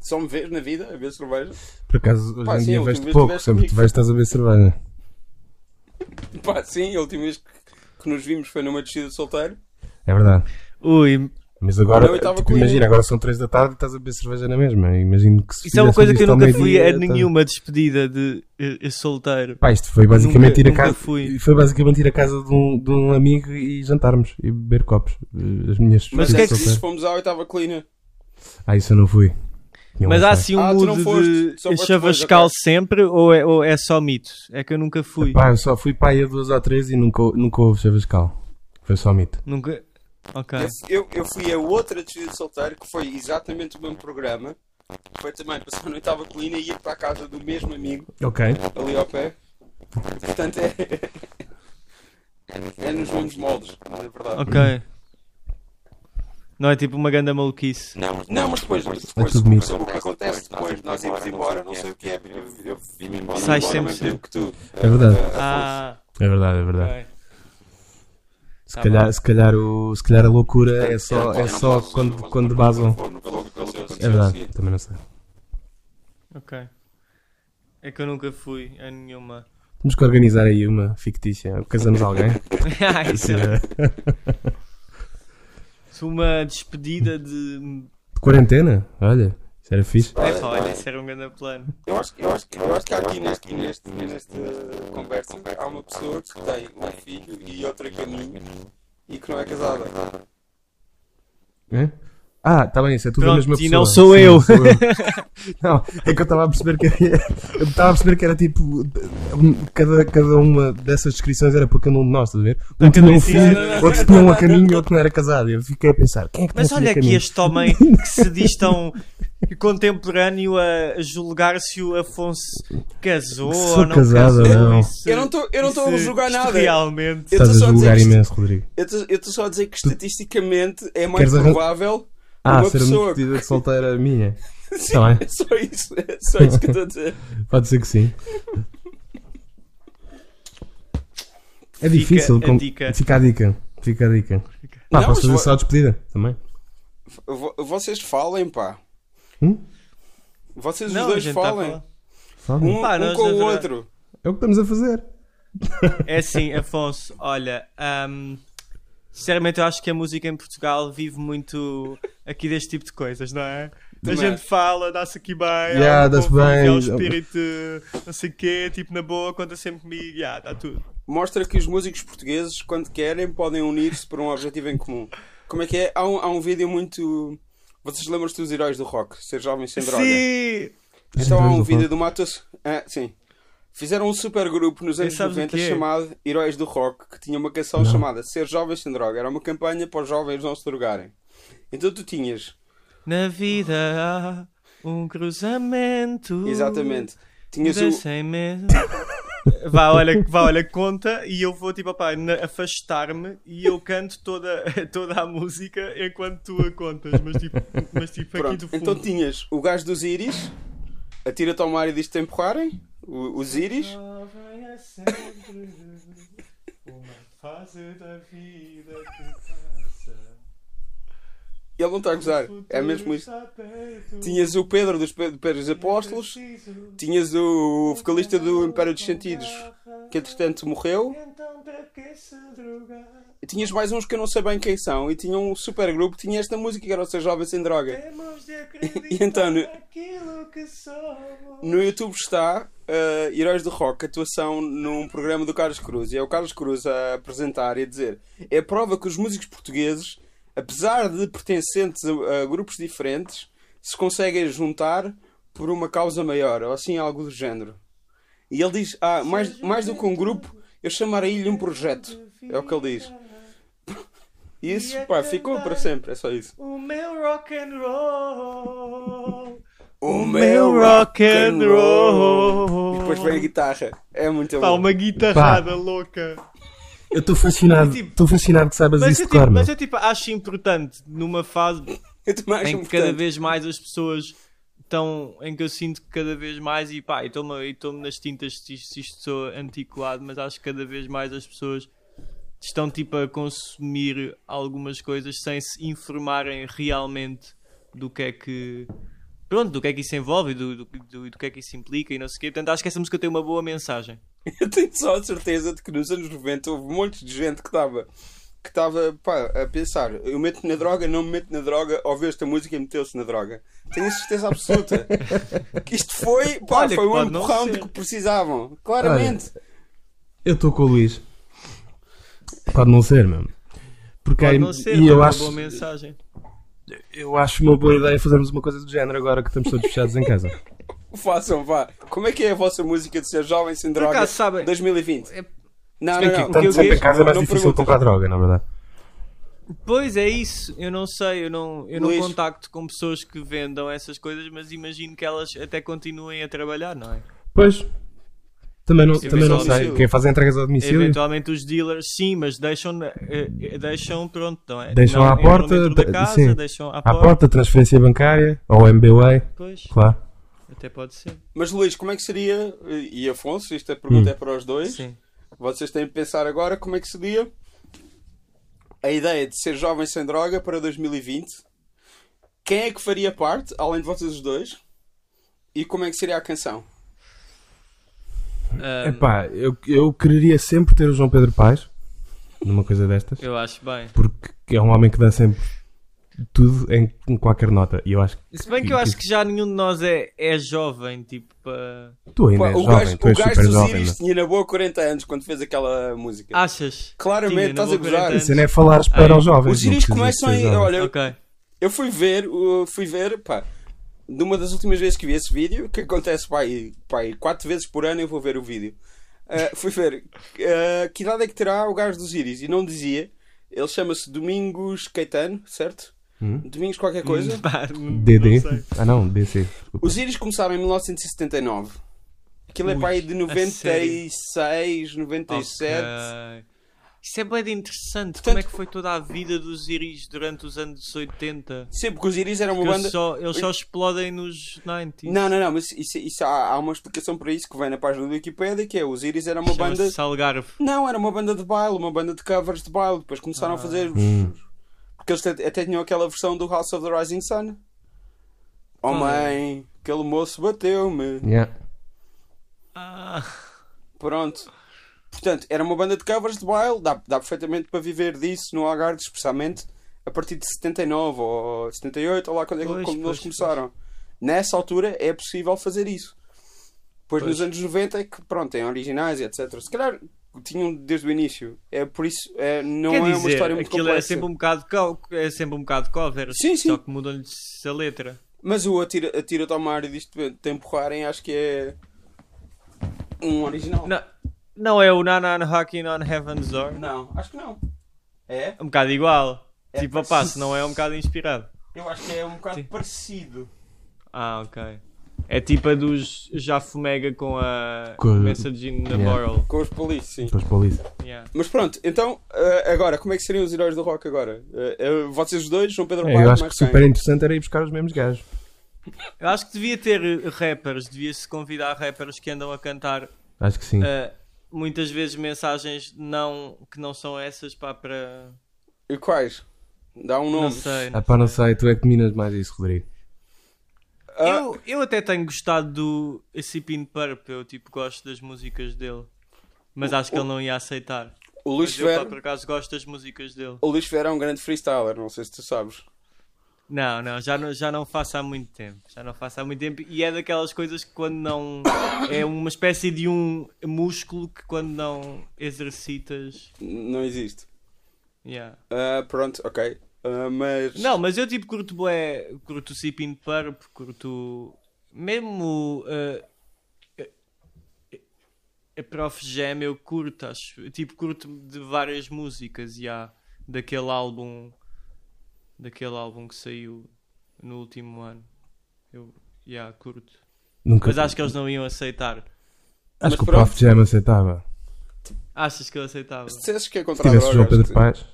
Só me ver na vida, a ver cerveja. Por acaso, hoje Pá, em sim, a dia última vejo-te vez pouco, tiveste sempre te comigo. vejo estás a beber cerveja. Pá, sim, a última vez que, que nos vimos foi numa descida de solteiro. É verdade. Ui, Mas agora, Não, eu tava tipo, com imagina, ele. agora são 3 da tarde e estás a beber cerveja na mesma. Imagino que se isso é uma fizessem coisa que eu isto ao nunca fui meio-dia, a tá- nenhuma despedida de eh, eh, solteiro. Pá, isto foi basicamente Nunca- ir a nunca casa. fui. Foi basicamente ir a casa de um, de um amigo e jantarmos e beber copos. Eh, As minhas Mas Mas o que é é filhas que que solteiras. se fomos à oitava colina. Ah, isso eu não fui. Tinha um Mas há wi-fi. assim um Ah, tu não mood foste, só de eh, foste chavascal depois, sempre ou é, ou é só mito? É que eu nunca fui. Pá, eu só fui pá aí a duas ou três e nunca, nunca houve chavascal. Foi só mito. Nunca. Ok. Eu, eu fui a outra descida de solteiro que foi exatamente o mesmo programa. Foi também passar na oitava colina e ir para a casa do mesmo amigo. Ok. ali ao pé. Portanto, é. É nos mesmos moldes, na verdade. Ok. Não é tipo uma ganda maluquice. Não, não, mas depois, mas depois É tudo mito. o que acontece depois, nós íamos embora, não sei o que é. Eu, eu vim embora, Sai embora ao sempre mesmo tempo que tu. É verdade. Ah, É verdade, é verdade. ok. Se, tá calhar, se, calhar o, se calhar a loucura é só, é só quando, quando basam. É verdade, também não sei. Ok. É que eu nunca fui a nenhuma. Temos que organizar aí uma fictícia. Casamos alguém. Ai, Isso é- se uma despedida de. De quarentena? Olha, isso era fixe. É pá, olha, isso era um grande plano. Eu acho, que- eu acho, que- eu acho que há aqui neste, neste, neste eh, conversa há uma pessoa que tem um filho e outra que é menino e que não é casada. Hã? Ah, tá bem, isso é tudo a Pronto, mesma e pessoa. não sou Sim, eu. não, é que eu estava a perceber que eu estava a perceber que era tipo um- cada, cada uma dessas descrições era para cada um de nós, estás a ver? Um tinha um cada- filho, Não, não, não. outro tinha um a caminho e outro não era casado. Eu fiquei a pensar, quem é que tem Mas filho olha a aqui caminho? este homem que se diz tão contemporâneo a julgar se o Afonso casou Se ou sou não casado ou casou. não. e se- Eu não tô- eu não tô a é e se julgar isto nada. Realmente. Eu Estás tô só a a dizer julgar isto- imenso, Rodrigo. Eu estou só a dizer que estatisticamente é mais Queres arran- provável Ah, uma ser pessoa uma despedida de solteira minha. Sim, Tá bem. é só isso, é só isso que eu estou a dizer. Pode ser que sim. É Fica difícil. a com- dica. Fica a dica. Fica a dica. Pá, Não, posso mas fazer vo- só a despedida também. Vo- Vocês falem, pá. Hum? Vocês Não, os a dois gente tá a falem. falar. Fala. um Pá, um nós, com na o verdade- outro. É o que estamos a fazer. É assim, Afonso, olha, hum, sinceramente eu acho que a música em Portugal vive muito aqui deste tipo de coisas, não é? A Também gente acho. fala, dá-se aqui bem, Yeah, há um dá-se convívio, bem. há um espírito, não sei o quê, tipo na boa, conta sempre comigo, yeah, dá tudo. Mostra que os músicos portugueses, quando querem, podem unir-se por um objetivo em comum. Como é que é? Há um, há um vídeo muito. Vocês lembram-se dos heróis do rock? Ser jovem sem droga? Sim! Então há Heróis um do vídeo rock. do Matos. Ah, sim. Fizeram um super grupo nos anos sabes o 90 que é? chamado Heróis do Rock, que tinha uma canção chamada Ser Jovem Sem Droga. Era uma campanha para os jovens não se drogarem. Então tu tinhas, Na vida há um cruzamento. exatamente, Hum, tinhas Vida o. sem medo. Vá olha, vá, olha, conta e eu vou, tipo, opá, na- afastar-me e eu canto toda, toda a música enquanto tu a contas, mas tipo, mas, tipo aqui Pronto, do fundo. então tinhas o gajo dos íris, atira-te ao mar e diz-te para empurrarem, o- os íris. Jovem é sempre uma fase da vida que passa. Ele não está a gozar, é mesmo isso. Tinhas o Pedro dos Pe- Pedros Apóstolos, tinhas o vocalista do Império dos Sentidos, que entretanto morreu. Então para que se drogar? E tinhas mais uns que eu não sei bem quem são e tinha um super grupo tinha esta música que era o Ser Jovem Sem Droga. Temos de E então, no- naquilo que somos. No YouTube está eh, Heróis do Rock, atuação num programa do Carlos Cruz. E é o Carlos Cruz a apresentar e a dizer: é a prova que os músicos portugueses, apesar de pertencentes a, a grupos diferentes, se conseguem juntar por uma causa maior, ou assim algo do género. E ele diz: ah, mais, mais do que um grupo, eu chamaria-lhe um projeto. É o que ele diz. E isso, pá, ficou para sempre, é só isso. O meu rock and roll. O meu rock and roll. E depois vem a guitarra. É muito Pá, bom. uma guitarrada louca. Eu estou fascinado. Tipo- Estou fascinado que saibas Mas isso eu, de tipo, cor, meu. mas eu tipo, acho importante numa fase Eu um também acho em que importante. cada vez mais as pessoas estão. em que eu sinto que cada vez mais. e pá, e estou-me e estou-me nas tintas se isto, se isto sou antiquado, mas acho que cada vez mais as pessoas estão tipo a consumir algumas coisas sem se informarem realmente do que é que. Pronto, do que é que isso envolve e do, do, do, do que é que isso implica e não sei o quê. Portanto, acho que essa música tem uma boa mensagem. Eu tenho só a certeza de que nos anos 90 houve um monte de gente que estava que estava pá, a pensar eu meto na droga, não me meto na droga ouviu esta música e meteu-se na droga tenho a certeza absoluta que isto foi, pá, Olha, foi que um pode não empurrão ser. de que precisavam claramente Eu estou com o Luís. Pode não ser, meu. Porque Pode aí- não ser, e mas é eu uma acho, boa mensagem. eu acho uma boa ideia fazermos uma coisa do género agora que estamos todos fechados em casa. façam, vá como é que é a vossa música de ser jovem sem droga acaso, sabem- 2020 É- não, bem que não, não, tanto não, sempre em pergunto. casa é mais difícil comprar droga, na verdade. Pois é isso, eu não sei, eu não, eu não Luís. contacto com pessoas que vendam essas coisas, mas imagino que elas até continuem a trabalhar, não é? Pois. Também não, também não ao sei. domicílio. Quem faz entregas ao domicílio Eventualmente os dealers, sim, mas deixam, eh, eh, deixam pronto, não é? Deixam Não à entram porta, dentro da de- casa, sim. deixam à, à porta, transferência bancária ou MBWay, Pois, claro. até pode ser. mas Luís, como é que seria e Hum. Afonso, isto a pergunta é para os dois Sim. Vocês têm de pensar agora como é que seria a ideia de ser jovem sem droga para 2020. Quem é que faria parte, além de vocês os dois? E como é que seria a canção? Ahm, Epá, eu, eu quereria sempre ter o João Pedro Paes numa coisa destas, eu acho bem. porque é um homem que dá sempre tudo em, em qualquer nota. E eu acho que Se bem que eu acho que já nenhum de nós é, é jovem, tipo, para... tu ainda Pá, és o é jovem, gajo, tu o és gajo super dos jovem. é? Iris tinha na boa 40 anos quando fez aquela música. Ah, Achas? Claramente, Tinha, não estás a vou gozar. 40 anos. Isso não é falares para Ai, os jovens. Os não Iris precisas começam ser em. jovem. Olha, Ok. eu fui ver, eu fui ver, pá, numa das últimas vezes que vi esse vídeo, que acontece, pá, aí, pá, aí quatro vezes por ano eu vou ver o vídeo. Ah, fui ver ah, que idade é que terá o gajo dos Iris e não dizia. Ele chama-se Domingos Caetano, certo? Hum? Domingos qualquer coisa. Pá, não DD? sei. ah não, DC. desculpa. Os Iris começaram em 1979. Aquilo é Ui, para aí de a 96, 97. Ok. Isso é bem interessante. Portanto- Como é que foi toda a vida dos Iris durante os anos 80? Sempre que os Iris eram uma Que banda. eles, só, eles só explodem nos 90s. Não, não, não, mas isso, isso há, há uma explicação para isso que vem na página do Wikipedia, que é os Iris era uma banda. Chama-se Algarve. Não, era uma banda de baile, uma banda de covers de baile. Depois começaram a fazer. Porque eles até, até tinham aquela versão do House of the Rising Sun. Oh mãe, aquele moço bateu-me. Yeah. Ah, Pronto. Portanto, era uma banda de covers de baile, dá, dá perfeitamente para viver disso no Algarve, especialmente a partir de 79 ou 78, ou lá quando, é que- Pois, quando pois, eles começaram. Nessa altura é possível fazer isso. Depois Pois. nos anos 90 é que, pronto, tem originais, etc. Se calhar tinham desde o início. É por isso, é, não quer é dizer, uma história muito aquilo complexa. é sempre um bocado, co- é sempre um bocado cover. Sim, sim. Só que mudam-lhe a letra. Mas o atira, atira tomar e disto te empurrarem, acho que é um original. Não, não é o Nanan Hacking on Heaven's Door? não, acho que não. É? É um bocado igual. É tipo, parecido. opá, se não é um bocado inspirado. Eu acho que é um bocado Sim. parecido. Ah, ok. É tipo a dos já fumega com a Com- Messaging na Yeah. Moral. Com os polícias, sim. Depois polícia. Yeah. Mas pronto, então, eh, agora, como é que seriam os heróis do rock agora? Eh, eh, vocês dois, João Pedro É, eu Paes, acho que mais super quem? interessante era ir buscar os mesmos gajos. Eu acho que devia ter eh, rappers, devia-se convidar rappers que andam a cantar Acho que sim. eh, muitas vezes mensagens não, que não são essas pá, para. E quais? Dá um nome. Não sei. Ah pá, não sei, tu é que minas mais isso, Rodrigo. Ah, Eu, eu até tenho gostado do Sipin Purp, eu tipo gosto das músicas dele, mas acho que ele não ia aceitar. o, Luís Mas eu pá, Ferreira por acaso gosto das músicas dele. o Luís Ferreira é um grande freestyler, não sei se tu sabes. Não, não, já não, já não faço há muito tempo. Já não faço há muito tempo. E é daquelas coisas que quando não. É uma espécie de um músculo que quando não exercitas. N- Não existe. Yeah. Ah, pronto, ok. Ah, mas. Não, mas eu tipo curto bué, curto Sipin Purp, curto. Mesmo. eh, eh, eh, a Prof Jam eu curto, acho. eu, Tipo, curto de várias músicas, e há daquele álbum. Daquele álbum que saiu no último ano. Eu. Yeah, curto. Nunca. Mas acho que eles não iam aceitar. Acho Mas que o pronto. Prof Jam aceitava. Achas que eu aceitava? Se dissesses que é Se contra a tivesse o droga. João acho Pedro que- Paes.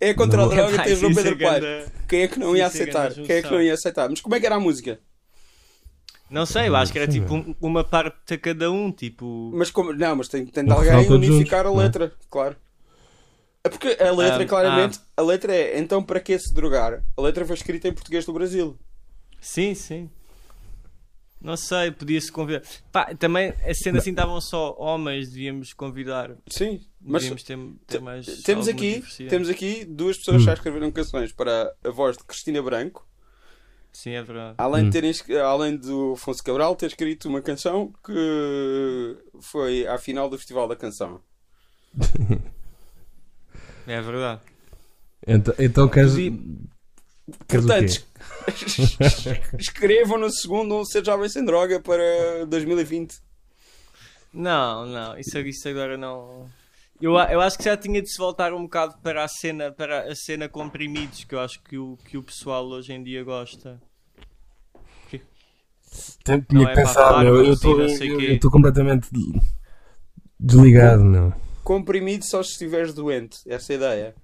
É contra a Não. droga, Epá, tens João isso é Pedro Paes. ganda- Quem é que não ia isso é grande aceitar? Quem é que junção. não ia aceitar? Mas como é que era a música? Não sei, eu acho que era Sim, tipo um- uma parte a cada um, tipo. Mas como. Não, mas tem, tem de No final alguém todos unificar juntos, a não é? letra, claro. É porque a letra, Ah, claramente, a letra é então para que se drogar? A letra foi escrita em português do Brasil. Sim, sim. Não sei, podia-se convidar. Pá, também, sendo assim, estavam só homens, devíamos convidar. Sim, mas Devíamos ter, ter mais. temos alguma aqui, diversidade. temos aqui duas pessoas que Hum. já escreveram canções para a voz de Cristina Branco, Sim, é verdade. além, Hum. de terem, es- além do Afonso Cabral ter escrito uma canção que foi à final do Festival da Canção. É verdade. Então, então queres. Sim. Queres o quê? Portanto, escrevam no segundo um Ser Jovem Sem Droga para 2020. Não, não, isso, isso agora não. Eu, a- eu acho que já tinha de se voltar um bocado para a cena, para a cena comprimidos, que eu acho que o, que o pessoal hoje em dia gosta. Tem- Tinha é que para pensar, falar, meu. Eu mas sim, estou não sei quê. completamente desligado, meu. Comprimido só se estiveres doente, essa é a ideia.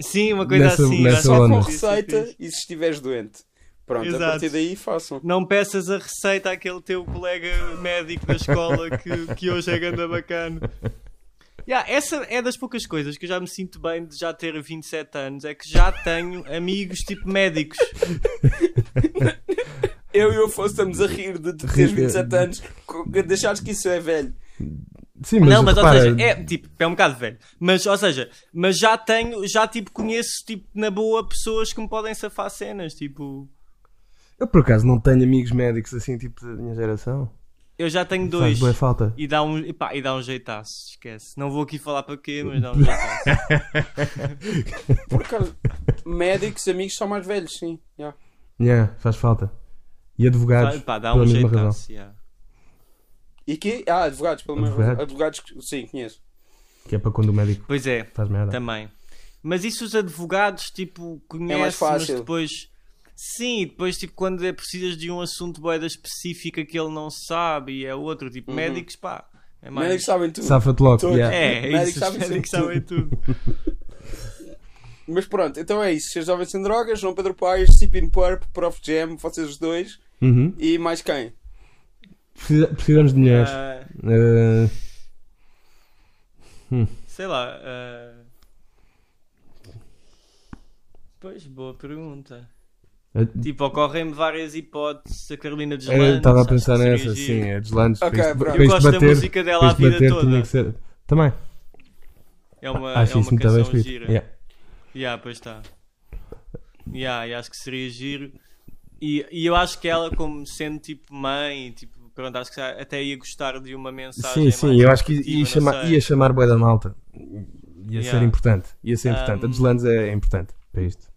Sim, uma coisa Nessa- assim. nessa acho que Só Só onda. com podia ser receita fixe. e se estiveres doente. Pronto, a Exato. partir daí façam. Não peças a receita àquele teu colega médico da escola que, que hoje é ganda bacana. Yeah, essa é das poucas coisas que eu já me sinto bem de já ter 27 anos, é que já tenho amigos tipo médicos. Eu e o Afonso estamos a rir de tu teres Rir de- 27 anos, co- deixares que isso é velho. Sim, mas, não, mas repara, ou seja, é tipo, é um bocado velho. Mas, ou seja, mas já tenho, já tipo, conheço tipo, na boa pessoas que me podem safar cenas. Tipo, eu por acaso não tenho amigos médicos assim, tipo da minha geração. eu já tenho Faz dois. boa falta. E dá, um, epá, e dá um jeitaço, esquece. Não vou aqui falar para quê, mas dá um jeitaço. Por acaso, médicos, amigos são mais velhos, sim. Yeah. Yeah, faz falta. E advogados, Epá, dá pela um mesma razão. jeitaço. yeah. E que? Ah, advogados, pelo menos. Advogados. Advogados, que- sim, conheço. Que é para quando o médico Pois é, faz merda. também. Mas isso os advogados, tipo, conhecem, mas É fácil. depois... Sim, depois, tipo, quando é precisas de um assunto boeda específica que ele não sabe e é outro, tipo, médicos, pá, é mais... Uhum. Médicos sabem tudo. Safa-te logo. Todos. yeah. É, é Médicos isso, os sabem médicos sempre sabem tudo. Mas pronto, então é isso. Seja Jovem Sem Drogas, João Pedro Paes, Sipin Purp, Prof Jam, vocês os dois. Uhum. E mais quem? Precisa- precisamos de mulheres. Ah, Uh, sei lá. ah, Pois, boa pergunta. uh, Tipo, ocorrem-me várias hipóteses. A Carolina dos eu Landes, estava a acho que pensar seria nessa, giro. sim, a deslandes. Ok, para isto- pronto. para Eu isto gosto da bater- música dela para a isto vida bater toda. tinha que ser. Também. É uma, Acho é Ah, isso uma muito bem canção escrito. É, gira. Yeah. Yeah, pois está. Yeah, e acho que seria giro. E, e eu acho que ela, como sendo tipo mãe, tipo, pronto, acho que até ia gostar de uma mensagem. Sim, sim, é mais eu acho que positiva, ia não chamar, sei. ia chamar Boa da Malta. Ia Yeah. ser importante. Ia ser importante. Um, A deslandes é importante para isto.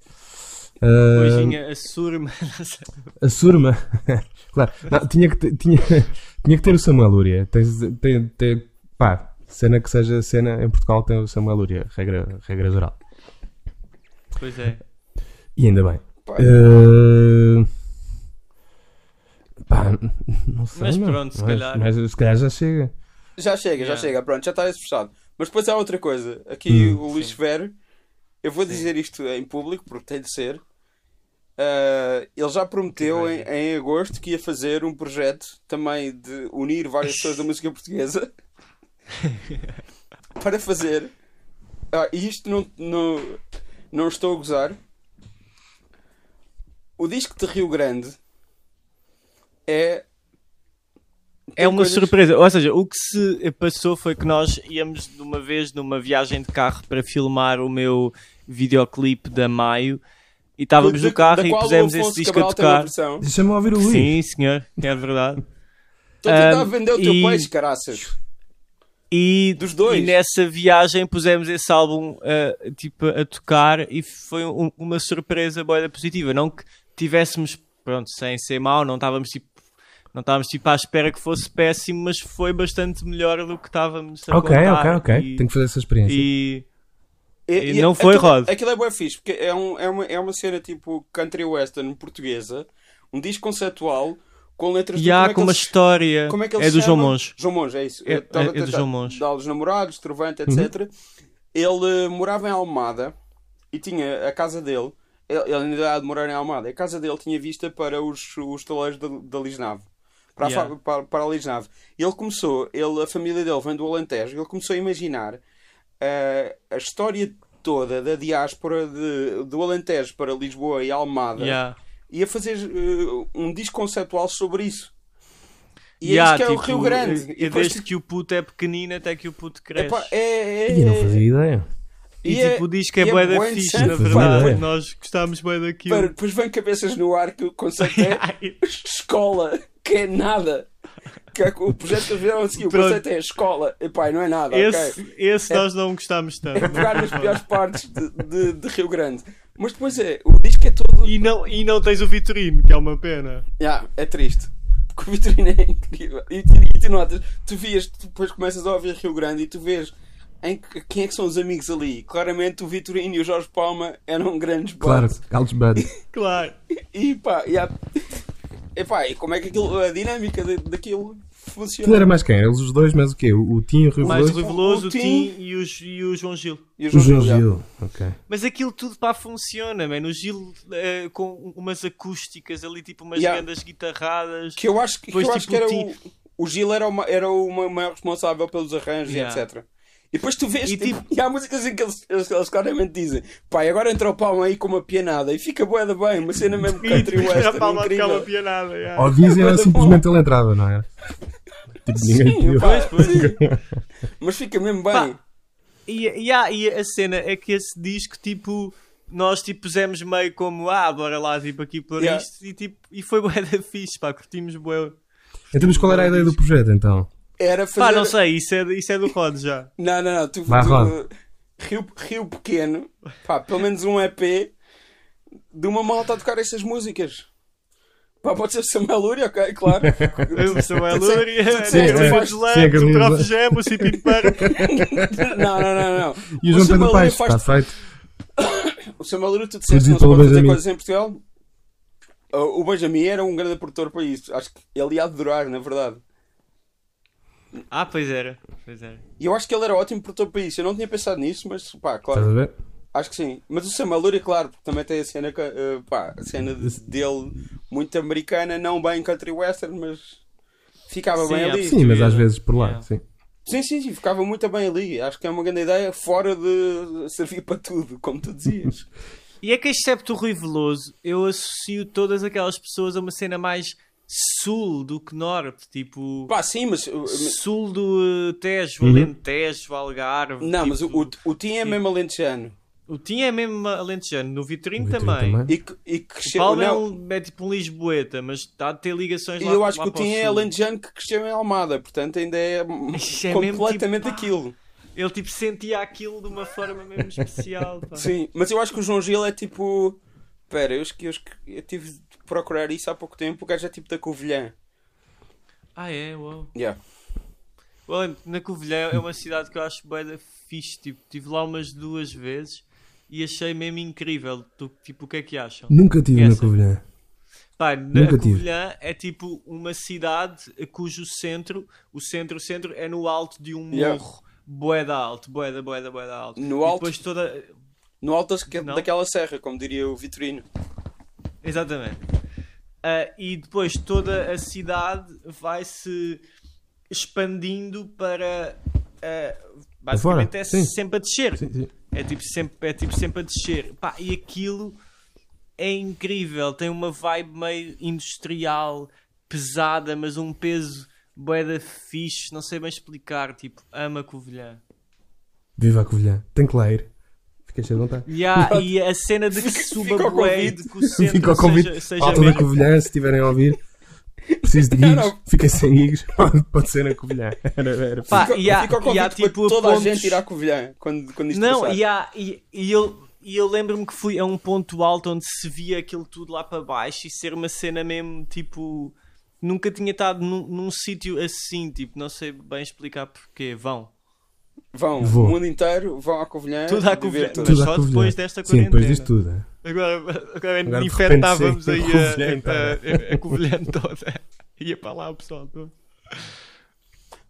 Uh, Beijinho, a surma. não sei. Ah, A Surma. claro. Não, tinha, que ter, tinha, tinha que ter o Samuel Lúria. Tens, tem, tem, pá, cena que seja cena em Portugal tem o Samuel Lúria, regra, regra geral. Pois é. E ainda bem. Pá, Eh, pá, não sei. Mas não. pronto, se Mas- calhar. Mas, se calhar já chega. Já chega, Yeah. já chega, pronto, já está expressado. Mas depois há outra coisa. Aqui Hum. o Luís Vero, eu vou dizer isto em público, porque tem de ser. Ah, ele já prometeu em, em agosto que ia fazer um projeto também de unir várias pessoas da música portuguesa para fazer. Ah, e isto não, não, não estou a gozar. O disco de Rio Grande é. É uma coisas- surpresa. Ou seja, o que se passou foi que nós íamos de uma vez numa viagem de carro para filmar o meu videoclipe da Maio e estávamos de- no carro da e qual o pusemos Afonso esse disco a Cabral tem uma tocar. versão. Deixa-me ouvir o Luís. Sim, senhor, é verdade. Estou a tentar Ahm, vender o teu e- peixe, caraças. E, Dos dois. e nessa viagem pusemos esse álbum ah, tipo, a tocar e foi um- uma surpresa boa positiva. Não que tivéssemos, pronto, sem ser mau, não estávamos tipo. Não estávamos tipo à espera que fosse péssimo, mas foi bastante melhor do que estávamos a Ok, ok, contar. ok. E- Tenho que fazer essa experiência. E E- e não foi aquilo, Rod. Aquilo é bué fixe, porque é, um- é uma, é uma cena tipo country western portuguesa, um disco conceptual com letras é e há do com uma história. como é que ele é do se João chama? Monge. João Monge, é isso. É- Eu estava é- a é do tentar João Monge. Uhum. dar os namorados, Trovante, etc. Ele eh, morava em Almada e tinha a casa dele. Ele, ele ainda há de morar em Almada. A casa dele tinha vista para os, os taleiros da, da Lisnave. Para, a fa- Yeah. para, para a Lisnave. E ele começou, ele, a família dele vem do Alentejo, ele começou a imaginar eh, a história toda da diáspora de, do Alentejo para Lisboa e é Almada Yeah. e a fazer eh, um disco conceptual sobre isso. E Yeah, é isso que tipo, é o Rio Grande. E, E depois, desde que o puto é pequenino até que o puto cresce. epá, é, é, E eu não fazia ideia. e, e é- tipo, diz que é e é bué da bué fixe, interessante, na pá. verdade. Sim. Nós gostámos bem daquilo. Para, depois vem cabeças no ar que o conceito é escola, que é nada. Que é o projeto que eles fizeram a seguir, o Pronto. conceito é escola. Epá, não é nada, Esse, ok? esse nós não gostámos tanto. É pegar nas piores partes de, de- de Rio Grande. Mas depois é, o disco é todo. E não, e não tens o Vitorino, que é uma pena. Ah, é triste. Porque o Vitorino é incrível. E tu, e tu notas, tu vias, tu depois começas a ouvir Rio Grande e tu vês em que- quem é que são os amigos ali. Claramente o Vitorino e o Jorge Palma eram grandes Claro, buds. Carlos Bud. Claro. E pá, e, há- e pá, e como é que aquilo, a dinâmica de- daquilo Aquilo funciona? era mais quem? Eles os dois, mas o quê? O, o Tim, o Rui Mais o Veloso? Rui Veloso, O o Tim e, os, e o João Gil. E O João Gil. Gil. Ok. Mas aquilo tudo pá funciona, mano. O Gil eh, com umas acústicas ali, tipo umas Yeah. grandes guitarradas. Que eu acho que, que Pois, eu acho tipo, que era o o, o Gil era o, ma- era o ma- maior responsável pelos arranjos Yeah. e etc. E depois tu vês, E e, tipo- e há músicas em que eles, eles, eles claramente dizem: pai, agora entra o palma aí com uma pianada e fica boa da bem, uma cena mesmo country western. incrível. pianada. já. Ou dizem ou Mas é simplesmente ele entrava, não era? Tipo, ninguém Sim, pediu. pá, sim. Mas fica mesmo bem. Pá. E, e, há- e a cena é que esse disco, tipo, nós tipo, pusemos meio como, ah, bora lá, tipo, aqui por Yeah. isto, e, tipo, e foi bué da fixe, pá, curtimos bué. Então, mas qual era a ideia do projeto então? Era Pá, fazer. não sei, isso é, isso é do Rod já. Não, não, não. Tu, Vai, tu- Rod. Rio, Rio Pequeno, pá, pelo menos um EP de uma malta a tocar estas músicas. Pá, pode ser Samuel Uri, ok, claro. Eu sou a Lúria, Sim, eu é. sou o Sim, Gillette, é o que eu Prof. ia- Gemo, o Cipim Park. não, não, não, não. E o João Samuel Pedro Lúria Paes, faz- está feito. O Samuel Lúria, tu disseste Produzido que não se pelo pode fazer Benjamin. coisas em Portugal. O o Benjamin era um grande produtor para isso. Acho que ele ia adorar, na verdade. Ah, pois era, pois era. E eu acho que ele era ótimo produtor para isso. Eu não tinha pensado nisso, mas pá, Estás a claro. ver? Acho que sim. Mas o Samuel Luria, claro, porque também tem a cena, que, eh, pá, a cena de- dele muito americana, não bem country western, mas ficava Sim, bem é ali. Sim, mas às é. vezes por lá, Yeah. sim. Sim, sim, sim, ficava muito bem ali. Acho que é uma grande ideia, fora de servir para tudo, como tu dizias. E é que, excepto o Rui Veloso, eu associo todas aquelas pessoas a uma cena mais sul do que norte, tipo... pá, sim, mas. uh, mas- Sul do eh, Tejo, Uhum. Alentejo, Algarve. Não, mas o, tipo, o, o Tim é mesmo alentejano. O Tim é mesmo alentejano, no Vitorino No Vitorino também. também. E, que- e O cresceu. Paulo é, Não, um- é tipo um Lisboeta, mas está a ter ligações e lá eu acho lá que o para Tim é sul. alentejano que cresceu em Almada, portanto ainda é, Isso é mesmo completamente tipo, pá. aquilo. Ele tipo sentia aquilo de uma forma mesmo especial. pá. Sim, mas eu acho que o João Gil é tipo. Pera, eu, esque- eu, esque- eu tive de procurar isso há pouco tempo. O gajo é tipo da Covilhã. Ah, é, uau. Yeah. Well, na Covilhã é uma cidade que eu acho bem da fixe. Tipo, estive lá umas duas vezes e achei mesmo incrível. Tu- tipo, o que é que acham? Nunca tive Essa. na Covilhã. Pá, na Nunca tive. Covilhã é tipo uma cidade cujo centro, o centro-centro é no alto de um Yeah. morro. Boeda alto, boeda, boeda, boeda alto. No E alto- Depois toda... No alto das- que- Não? daquela serra, como diria o Vitorino. Exatamente. Ah, e depois toda a cidade vai-se expandindo para... ah, basicamente fora, é sim. sempre a descer. Sim, sim. É tipo sempre, é tipo sempre a descer. Pá, e aquilo é incrível. Tem uma vibe meio industrial, pesada, mas um peso bué da fixe. Não sei bem explicar. Tipo, ama Covilhã. Viva a Covilhã. Tem que lá ir. Fiquei cheio de vontade. E, há, e a cena de que Fica- fica suba ao bué e convite. de que o centro Fica ao convite. seja, seja Falta da mesmo- Covilhã, se estiverem a ouvir. Preciso de gigs. Não, não. Fiquei sem gigs. Pode- Pode ser na Covilhã. Era, era. Pá, Fica- e há, fica ao e há, convite para Ah, tipo toda pontos- a gente ir à Covilhã quando, quando isto Não, passar. e, há, e, e eu, e eu lembro-me que fui a um ponto alto onde se via aquilo tudo lá para baixo e ser uma cena mesmo tipo. Nunca tinha estado num, num sítio assim, tipo, não sei bem explicar porquê. Vão. Vão, Vou. o mundo inteiro, vão à Covilhã. Tudo à divirtam-se. Covilhã. Tudo Mas à só Covilhã. depois desta Sim, depois quarentena. disto tudo. é. Agora, agora, Agora, de infectávamos aí repente, sim, a, Covilhã, a, a, a Covilhã toda. Ia para lá o pessoal todo.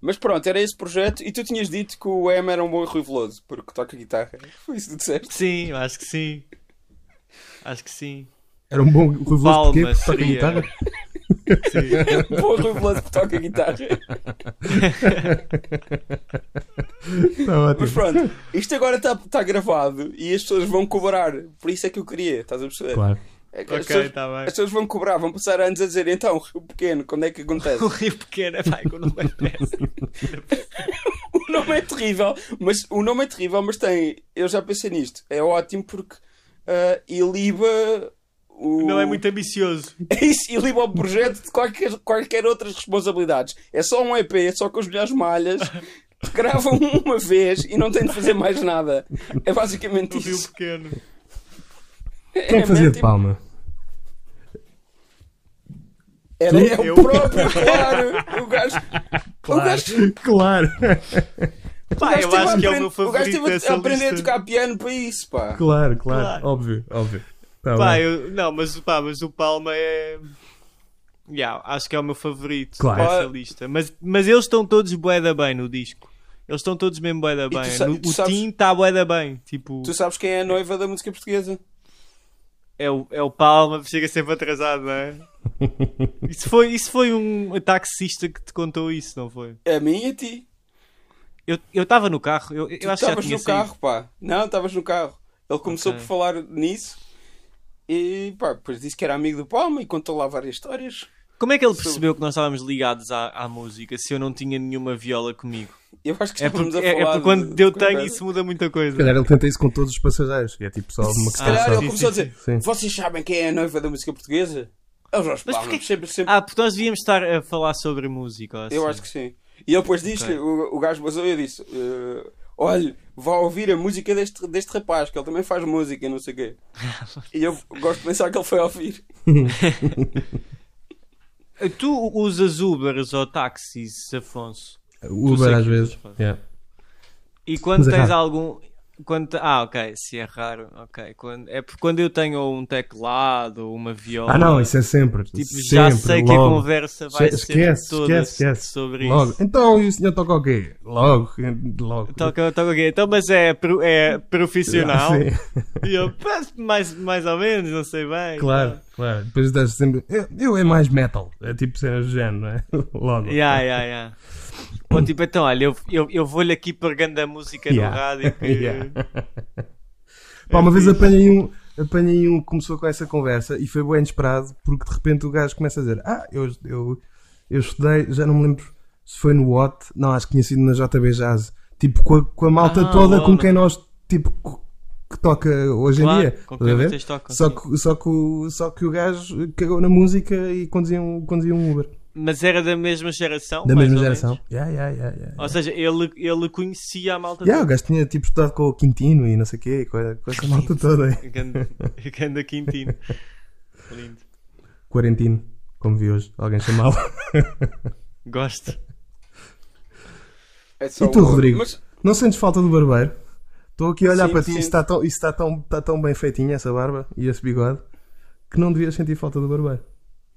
Mas pronto, era esse projeto. E tu tinhas dito que o M era um bom Rui Veloso, porque toca guitarra. Foi isso que tu disseste. Sim, eu acho que sim. Acho que sim. Era um bom revolto Palma porque toca seria. guitarra. Sim. um bom Rui Veloso que toca guitarra. Está Mas Tá ótimo. pronto, isto agora está tá gravado e as pessoas vão cobrar. Por isso é que eu queria, estás a perceber? Claro. É que as, ok, pessoas, está bem. as pessoas vão cobrar, vão passar anos a dizer então, Rio Pequeno, quando é que acontece? O Rio Pequeno é pá, que o nome é péssimo. o nome é terrível, mas o nome é terrível, mas tem. Eu já pensei nisto. É ótimo porque ah, iliba o. Não é muito ambicioso. É isso, iliba o projeto de qualquer, qualquer outras responsabilidades. É só um EP, é só com as melhores malhas. Gravam uma vez e não têm de fazer mais nada. É basicamente O Rio isso. Pequeno. Quem é que fazia mesmo de tipo- palma? Era Tu? é Eu? o próprio, claro. O gajo. O gajo, Um Claro. o Pá, gajo eu teve a acho que é o aprend- meu O gajo favorito teve a dessa aprender a lista. tocar piano para isso, pá. Claro, claro. Claro. Óbvio, óbvio. Tá Pá, bem. eu- não, mas, pá, mas o Palma é. Yeah, acho que é o meu favorito Claro. dessa lista. Mas, mas eles estão todos boeda bem no disco. Eles estão todos mesmo boeda tu bem. sa- No- e tu o sabes- Tim está boeda bem. Tipo, Tu sabes quem é a noiva da música portuguesa? é, o, é o Palma, chega sempre atrasado, não é? Isso foi, isso foi um taxista que te contou isso, não foi? A mim e a ti. Eu estava no carro, eu, Tu eu acho que já estavas tinha no saído. carro, pá. Não, estavas no carro. Ele começou Ok. por falar nisso e pá, depois disse que era amigo do Palma e contou lá várias histórias. Como é que ele percebeu que nós estávamos ligados à, à música se eu não tinha nenhuma viola comigo? Eu acho que É estávamos porque, a é- é falar. porque quando de- eu de tenho coisa. isso muda muita Se coisa. calhar ele tenta isso com todos os passageiros. E é tipo só uma Se questão calhar só. ele começou a dizer: Sim. Vocês sabem quem é a noiva da música portuguesa? É o Jorge Mas Palma. porquê- Sempre, sempre... Ah, porque nós devíamos estar a falar sobre música. ou eu assim. acho que sim. E ele depois disse: o, o gajo basou e eu disse: eh, Olha, vá ouvir a música deste, deste rapaz, que ele também faz música e não sei o quê. e eu gosto de pensar que ele foi ouvir. Tu usas Ubers ou táxis, Afonso? sei Uber às que- vezes. Yeah. E quando Mas é tens raro. algum. Quando... te- Ah, ok, se é raro, ok. Quando... É porque quando eu tenho ou um teclado ou uma viola. Ah não, isso é sempre. Tipo, sempre, já sei que a logo. conversa vai Se- ser esquece, toda esquece, esquece. sobre Logo. isso. Então, e o senhor toca o quê? Logo, logo. Toca, toca o quê? Então, mas é, pro- é profissional. Ah, sim. E eu, "Pá, mais, mais ou menos, não sei bem. Claro, claro. Depois das sempre. Eu, eu é mais metal. É tipo cenas de género, não é? Logo. Yeah, yeah, yeah. Ou tipo, então, olha, eu, eu, eu vou-lhe aqui pegando a música Yeah. no rádio que... é Yeah. Pá, uma vez apanhei um, apanhei um que começou com essa conversa e foi bem inesperado porque de repente o gajo começa a dizer: Ah, eu, eu, eu estudei, já não me lembro se foi no Watt, não, acho que tinha sido na JB Jazz. Tipo, com a, com a malta Ah, toda com uau. quem nós, tipo, co- que toca hoje em Claro, dia. com estás quem a ver? vocês tocam, Só sim. que, só, que, o- só que o gajo cagou na música e conduzia um, conduzia um Uber. Mas era da mesma geração? Da Oh, mais mesma ou menos? geração. Yeah, yeah, yeah, yeah. Ou seja, ele, ele conhecia a malta Yeah, o toda. gajo tinha tipo estudado com o Quintino e não sei o quê, com, a- com essa malta toda aí. Ganda, ganda Quintino. Lindo. Quarentino, como vi hoje, alguém chamá-lo. Gosto. É só E tu, um- Rodrigo? Mas Não sentes falta do barbeiro? Estou aqui a olhar Sim, para ti, sinto. isso está tão, isso está tão, está tão bem feitinho, essa barba e esse bigode, que não devias sentir falta do barbeiro.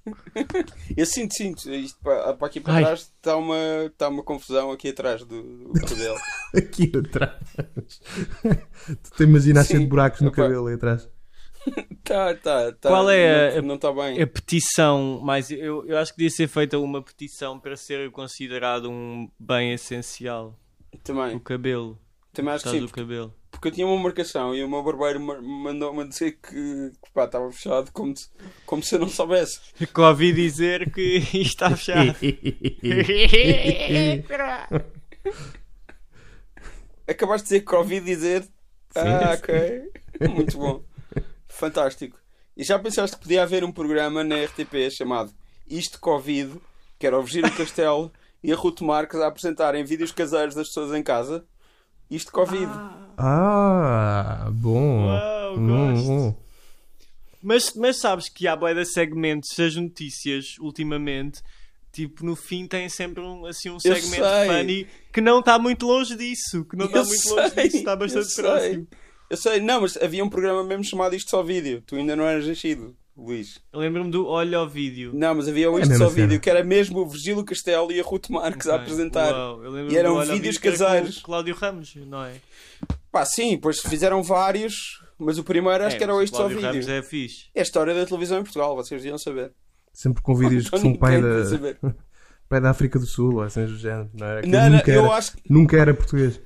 eu sinto, sinto. Isto para, para aqui para Ai. trás está uma, está uma confusão aqui atrás do, do cabelo. Aqui atrás. tu te imaginas Sim. cheio de buracos no Opa. cabelo aí atrás. tá, tá, tá. Qual é a- Não, não está bem. A petição, mas eu, eu acho que devia ser feita uma petição para ser considerado um bem essencial. O Também. cabelo. Também acho que Estás sim. do cabelo. Porque eu tinha uma marcação e o meu barbeiro ma- mandou-me dizer que, que pá, estava fechado como se, como se eu não soubesse. Que ouvi dizer que isto está fechado. Acabaste de dizer que ouvi dizer. ah, ok. Muito bom. Fantástico. E já pensaste que podia haver um programa na RTP chamado Isto Covid, que era o Virgílio Castelo e a Ruth Marques a apresentarem vídeos caseiros das pessoas em casa? Isto Covid. ah, bom. Uau, Hum, gosto. hum. Mas, mas sabes que há bué de segmentos, as notícias, ultimamente, tipo, no fim tem sempre um, assim, um segmento sei. funny que não está muito longe disso, que não está Eu muito longe sei, disso, está bastante eu sei. próximo. Eu sei, não, mas havia um programa mesmo chamado Isto Só Vídeo. Tu ainda não eras nascido, Luís. Eu Lembro-me do Olha o Vídeo. Não, mas havia É o Isto mesma Só cena. Vídeo, que era mesmo o Virgílio Castelo e a Ruth Marques a assim, né? Ok. apresentar. é? Uau, eu lembro-me E eram do Olha o vídeos Vídeo que era com o caseiros. Cláudio Ramos, não é? Pá, sim, pois fizeram vários, mas o primeiro acho É, que era mas o Isto Só Cláudio Vídeo. Ramos é fixe. É a história da televisão em Portugal, vocês deviam saber. Sempre com vídeos que Então são um pai ninguém quer da, saber. pai da África do Sul, ou assim do género. Não, era? Aquilo Não, não, nunca eu era- acho que. Nunca era português.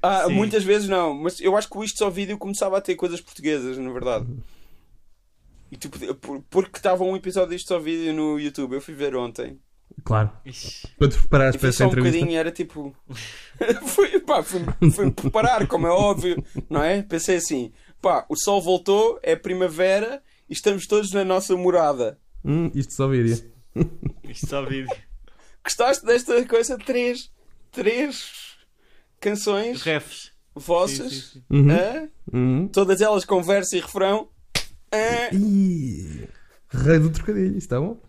Ah, Sim. muitas vezes não, mas eu acho que o Isto Só Vídeo começava a ter coisas portuguesas, na verdade. E tu podia- por- porque estava um episódio disto Só Vídeo no YouTube, eu fui ver ontem. Claro. Ixi. Para te preparares E para fiz essa só um entrevista. bocadinho, era tipo. fui, pá, fui, fui-me preparar, como é óbvio, não é? Pensei assim: pá, o sol voltou, é primavera e estamos todos na nossa morada. Hum, isto só viria. Isto só vídeo. Gostaste desta coisa? Três, três canções Refs. vossas, sim, sim. Uhum. hã? Hum. todas elas com verso e refrão. Hã? Ih, rei do trocadilho, isto está bom?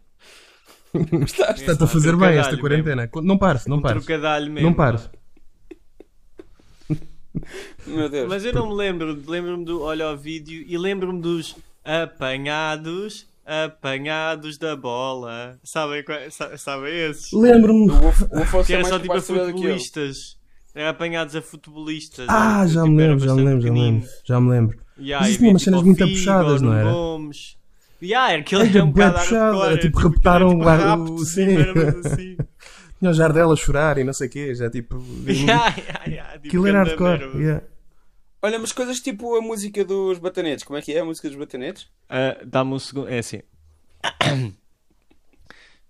Gostaste? Está-te a pá, fazer bem trocadalho esta mesmo. Um quarentena. Não pares, não pares. Trocadalho mesmo. Não pares. Meu Deus. Mas eu não me lembro, lembro-me do Olha o Vídeo e lembro-me dos apanhados, apanhados da bola. Sabem, qua- sa- sabem esses? Lembro-me. O Af- o Afonso Que é era mais só tipo a capaz de saber do que eu. futebolistas. Era apanhados a futebolistas. Ah, Era, já tipo, me era lembro, já me bastante lembro, já me lembro. pequenino. Já me lembro. E aí Mas isso havia tinha umas tipo cenas o muito Figo, apuxadas, o não era? Gomes. E ah, era que Era ele era um bué bocado puxado, era hardcore, tipo, aquilo raptaram era tipo lá o- rapto, sim. sim, era mesmo assim. E ao Jardel a chorar e não sei o quê, já tipo. Yeah, yeah, yeah, tipo, Aquilo era ganda hardcore. merda. yeah. Olha, mas coisas tipo a música dos batanetes. Como é que é a música dos batanetes? Ah, Dá-me um segundo. É assim.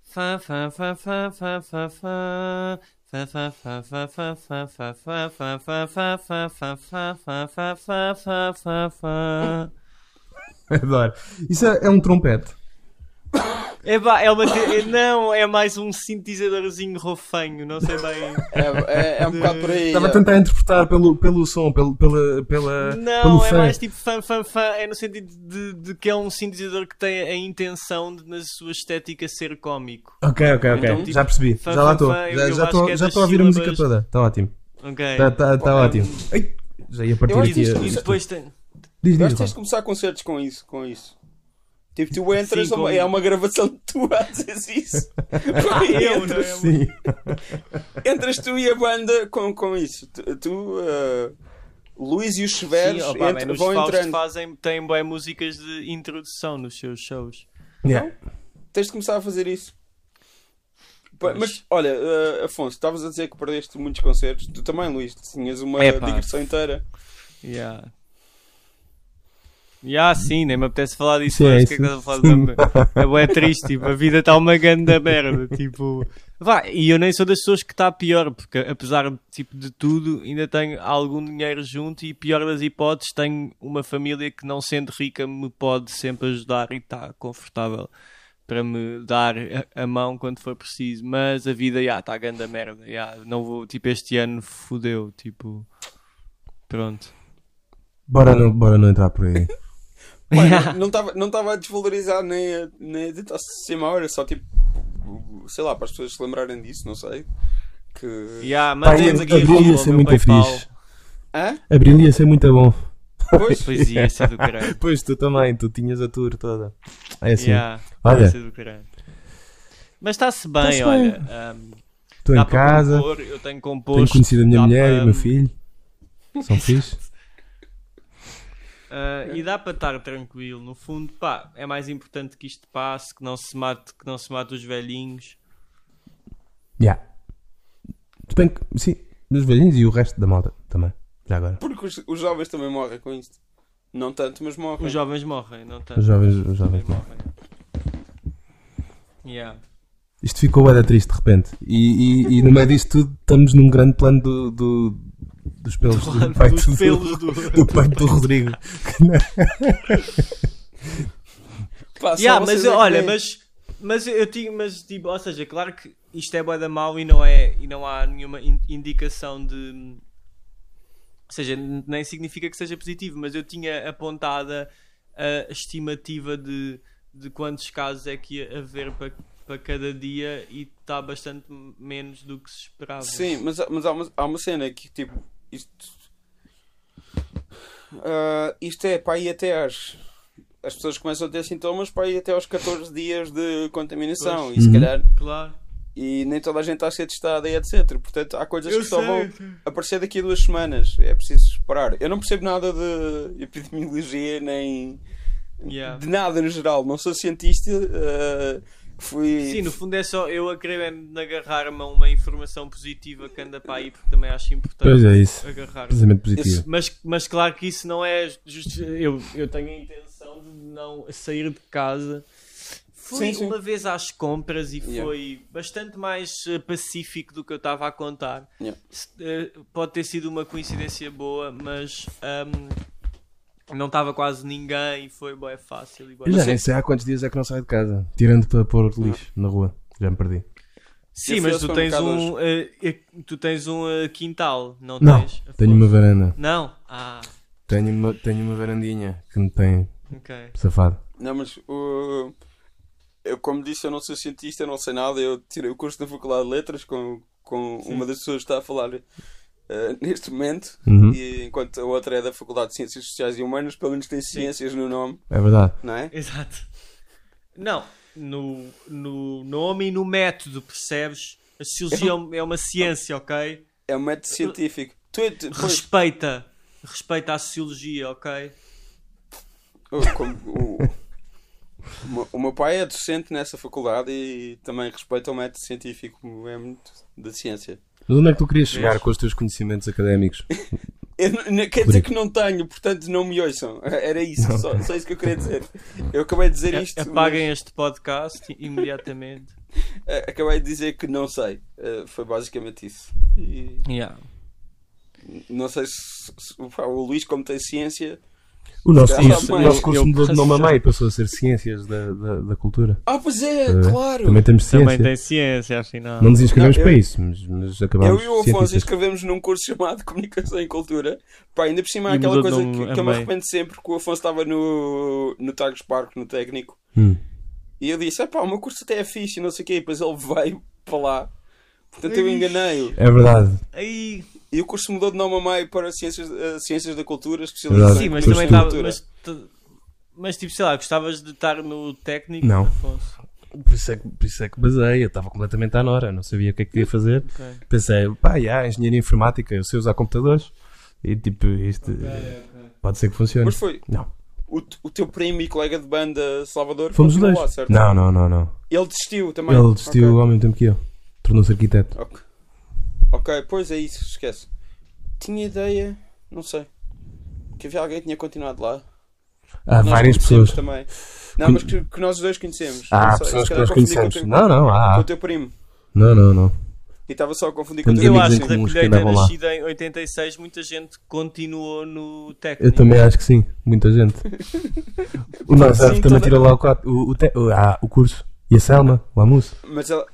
Fá, fá, fá, fá, fá, fá, fá. Fá, fá, fá, fá, fá, fá, fá, fá, fá, fá, fá, fá, fá, fá, fá, fá, fá, fá, fá, fá. Adoro. Isso é, é um trompete. Epá, é uma te- é- Não, é mais um sintetizadorzinho rofanho, não sei bem. É, é, é um bocado por aí. Estava a é. tentar interpretar pelo, pelo som, pelo, pela, pela, pelo Não, é fã. mais tipo fã, fã, fã. É no sentido de, de que é um sintetizador que tem a intenção de, na sua estética, ser cómico. Ok, ok, ok. Então, tipo, já percebi. fã, já lá fã, estou. fã, Já- eu Já acho estou que é já das estou a ouvir a música sílabas. É, toda. Está ótimo. Ok. Está tá, tá ótimo. Ai, já ia partir Eu acho aqui. que a- isto- E depois tem. Diz, Eu diz, acho que tens de Rafa. começar concertos com isso. Com isso. Tipo, tu entras, Sim, é uma- com- é uma gravação de tu a dizeres isso. Eu, não entras, é? Sim. entras tu e a banda com, com isso. Tu, tu, ah, Luís e os Cheveros Sim, opa, entra- bem, os vão Faust entrando. fazem têm bem músicas de introdução nos seus shows. Yeah. Então? Tens de começar a fazer isso. Pa- Mas, Mas- olha, ah, Afonso, estavas a dizer que perdeste muitos concertos. Tu também, Luís, tinhas uma Epá. digressão inteira. Yeah. Yeah, sim, nem me apetece falar disso. Sim, é mas o que é isso. que estás a falar de- É bué triste, tipo, a vida está uma grande merda. Tipo, vá, e eu nem sou das pessoas que está pior, porque apesar tipo, de tudo, ainda tenho algum dinheiro junto. E pior das hipóteses, tenho uma família que, não sendo rica, me pode sempre ajudar e está confortável para me dar a, a mão quando for preciso. Mas a vida, já, está grande merda. já, não vou, tipo, este ano fodeu, tipo, pronto. Bora, não, bora não entrar por aí. Pá, Yeah. não- Não estava a desvalorizar nem a, nem a tentar ser mau, era só tipo, sei lá, para as pessoas se lembrarem disso, não sei. Que... Yeah, Pá, mandem aqui abril o ia meu ser muito PayPal. fixe. Hã? Abril ia ser muito bom. Pois, Pois ia ser do caralho. Pois tu também, tu tinhas a tour toda. É assim. Yeah, Olha. ia ser do caralho. Mas está-se bem, Tá-se bem. olha. ahm, Estou dá em para casa, compor, eu tenho tenho composto. conhecido a minha dá mulher e para- o meu filho. São fixe. ah, e dá para estar tranquilo. No fundo, pá, é mais importante que isto passe, que não se mate, que não se mate os velhinhos. Yeah. Se bem que, sim, dos velhinhos e o resto da malta também. Já agora. porque os, os jovens também morrem com isto. Não tanto, mas morrem. Os jovens morrem, não tanto. Os jovens, os jovens. Os jovens morrem. Yeah. Isto ficou bué da triste de repente. E, e, e no meio disto tudo estamos num grande plano do, do- dos pelos do, Claro, peito dos do- pelos do. do peito do Rodrigo. Pá, só Yeah, vocês mas é que olha, têm. mas, mas eu tinha, mas tipo, ou seja, claro que isto é boeda mau e não é e não há nenhuma in- indicação de ou seja, n- nem significa que seja positivo, mas eu tinha apontada a estimativa de, de quantos casos é que ia haver para para cada dia e está bastante menos do que se esperava. Sim, mas, mas há, uma, há uma cena que tipo. Isto. Ah, isto é para ir até às. As pessoas começam a ter sintomas para ir até aos 14 dias de contaminação. E se Uhum. calhar. Claro. E nem toda a gente está a ser testada e etc. Portanto, há coisas Eu que só sei, vão eu sei. aparecer daqui a duas semanas. É preciso esperar. Eu não percebo nada de epidemiologia nem. Yeah. de nada no geral. Não sou cientista. ah, fui. Sim, no fundo é só eu a querer é agarrar-me a uma informação positiva que anda para aí, porque também acho importante Pois é isso. agarrar Precisamente positivo. Mas, mas claro que isso não é justo. Eu, eu tenho a intenção de não sair de casa. Fui Sim, sim. uma vez às compras e Yeah. foi bastante mais eh, pacífico do que eu estava a contar. Yeah. Se- eh, pode ter sido uma coincidência boa, mas ahm, não estava quase ninguém e foi bem fácil. E bué- Eu já nem sei há quantos dias é que não saio de casa. Tirando para pôr lixo na rua. Já me perdi. Sim, Eu fui mas ao tu tens, um, supermercado eh, eh, tu tens um eh, quintal, não, Não, tens? tenho uma varanda. Não? Ah, Tenho uma, tenho uma varandinha que me tem ok. safado. Não, mas uh, eu, como disse, eu não sou cientista, eu não sei nada. Eu tirei o curso da Faculdade de Letras com, com uma das pessoas que está a falar uh, neste momento, Uhum. e enquanto a outra é da Faculdade de Ciências Sociais e Humanas, pelo menos tem ciências no nome, É verdade. não é? Exato. Não, no, no nome e no método, percebes? A sociologia é um- é uma ciência, ok? É um método científico. Tu, é- tu- pois, Respeita. Respeita a sociologia, ok? oh, como- o- O meu- O meu pai é docente nessa faculdade e também respeita o método científico, é muito da ciência. Mas onde é que tu querias chegar com os teus conhecimentos académicos? Eu n- n- quer dizer que não tenho, portanto não me ouçam. Era isso, só, só isso que eu queria dizer. Eu acabei de dizer isto. É, Apaguem este podcast imediatamente. mas, eh, Acabei de dizer que não sei. Eh, Foi basicamente isso. E Yeah. não sei se, se- pá, o Luís, como tem ciência. O nosso, Já curso- sabe, o nosso eu- curso eu- mudou de nome a meio, passou a ser Ciências da, da, da Cultura. Ah, pois é, Eh, claro! Também temos ciência. Também tem ciência, afinal. Não nos inscrevemos Não, eu- para isso, mas, mas acabámos Eu e o cientistas. Afonso escrevemos num curso chamado Comunicação e Cultura. Pá, ainda por cima há E aquela mudou de coisa nome que, a que eu me meio. arrependo sempre que o Afonso estava no, no Tagus Park, no técnico, Hum. e eu disse: "Ah pá, o meu curso até é fixe e não sei o quê, e depois ele veio para lá. Portanto, eu enganei-o. É verdade. Aí, E o curso mudou de nome a meio para Ciências, eh, Ciências da Cultura, Verdade. especialização sim, em mas Ah, Pois também tu- estava. cultura. Mas, te- mas tipo, sei lá, gostavas de estar no técnico? Não. Afonso? Por isso é que, por isso é que basei, eu estava completamente à nora, não sabia o que é que queria fazer. Ok. Pensei, pá, já, engenharia informática, eu sei usar computadores e tipo, isto eh, pode ser que funcione. Mas foi Não, o, t- o teu primo e colega de banda Salvador fomos os continuou dois. lá, certo? não, não, não, não. Ele desistiu também. Ele desistiu Ok. ao mesmo tempo que eu. Tornou-se arquiteto. Ok. Ok, pois é isso, esquece. Tinha ideia, não sei. Que havia alguém que tinha continuado lá. Há Nós várias conhecemos pessoas. Também. Não, Con- mas que, que nós os dois conhecemos. Há Não sei, pessoas se que calhar nós confundi com o conhecemos. teu- Não, não, Com há. o teu primo. Não, não, não. E estava só a confundir com o Temos teu Eu amigos primo. acho em que da comuns que colheita andavam lá. nascida em 86, muita gente continuou no Eu técnico. também acho que sim, muita gente. O Nazareth também toda- tirou lá o, quatro- o, o, te- o- ah, o curso. E a Selma, o Amus, Mas, ela-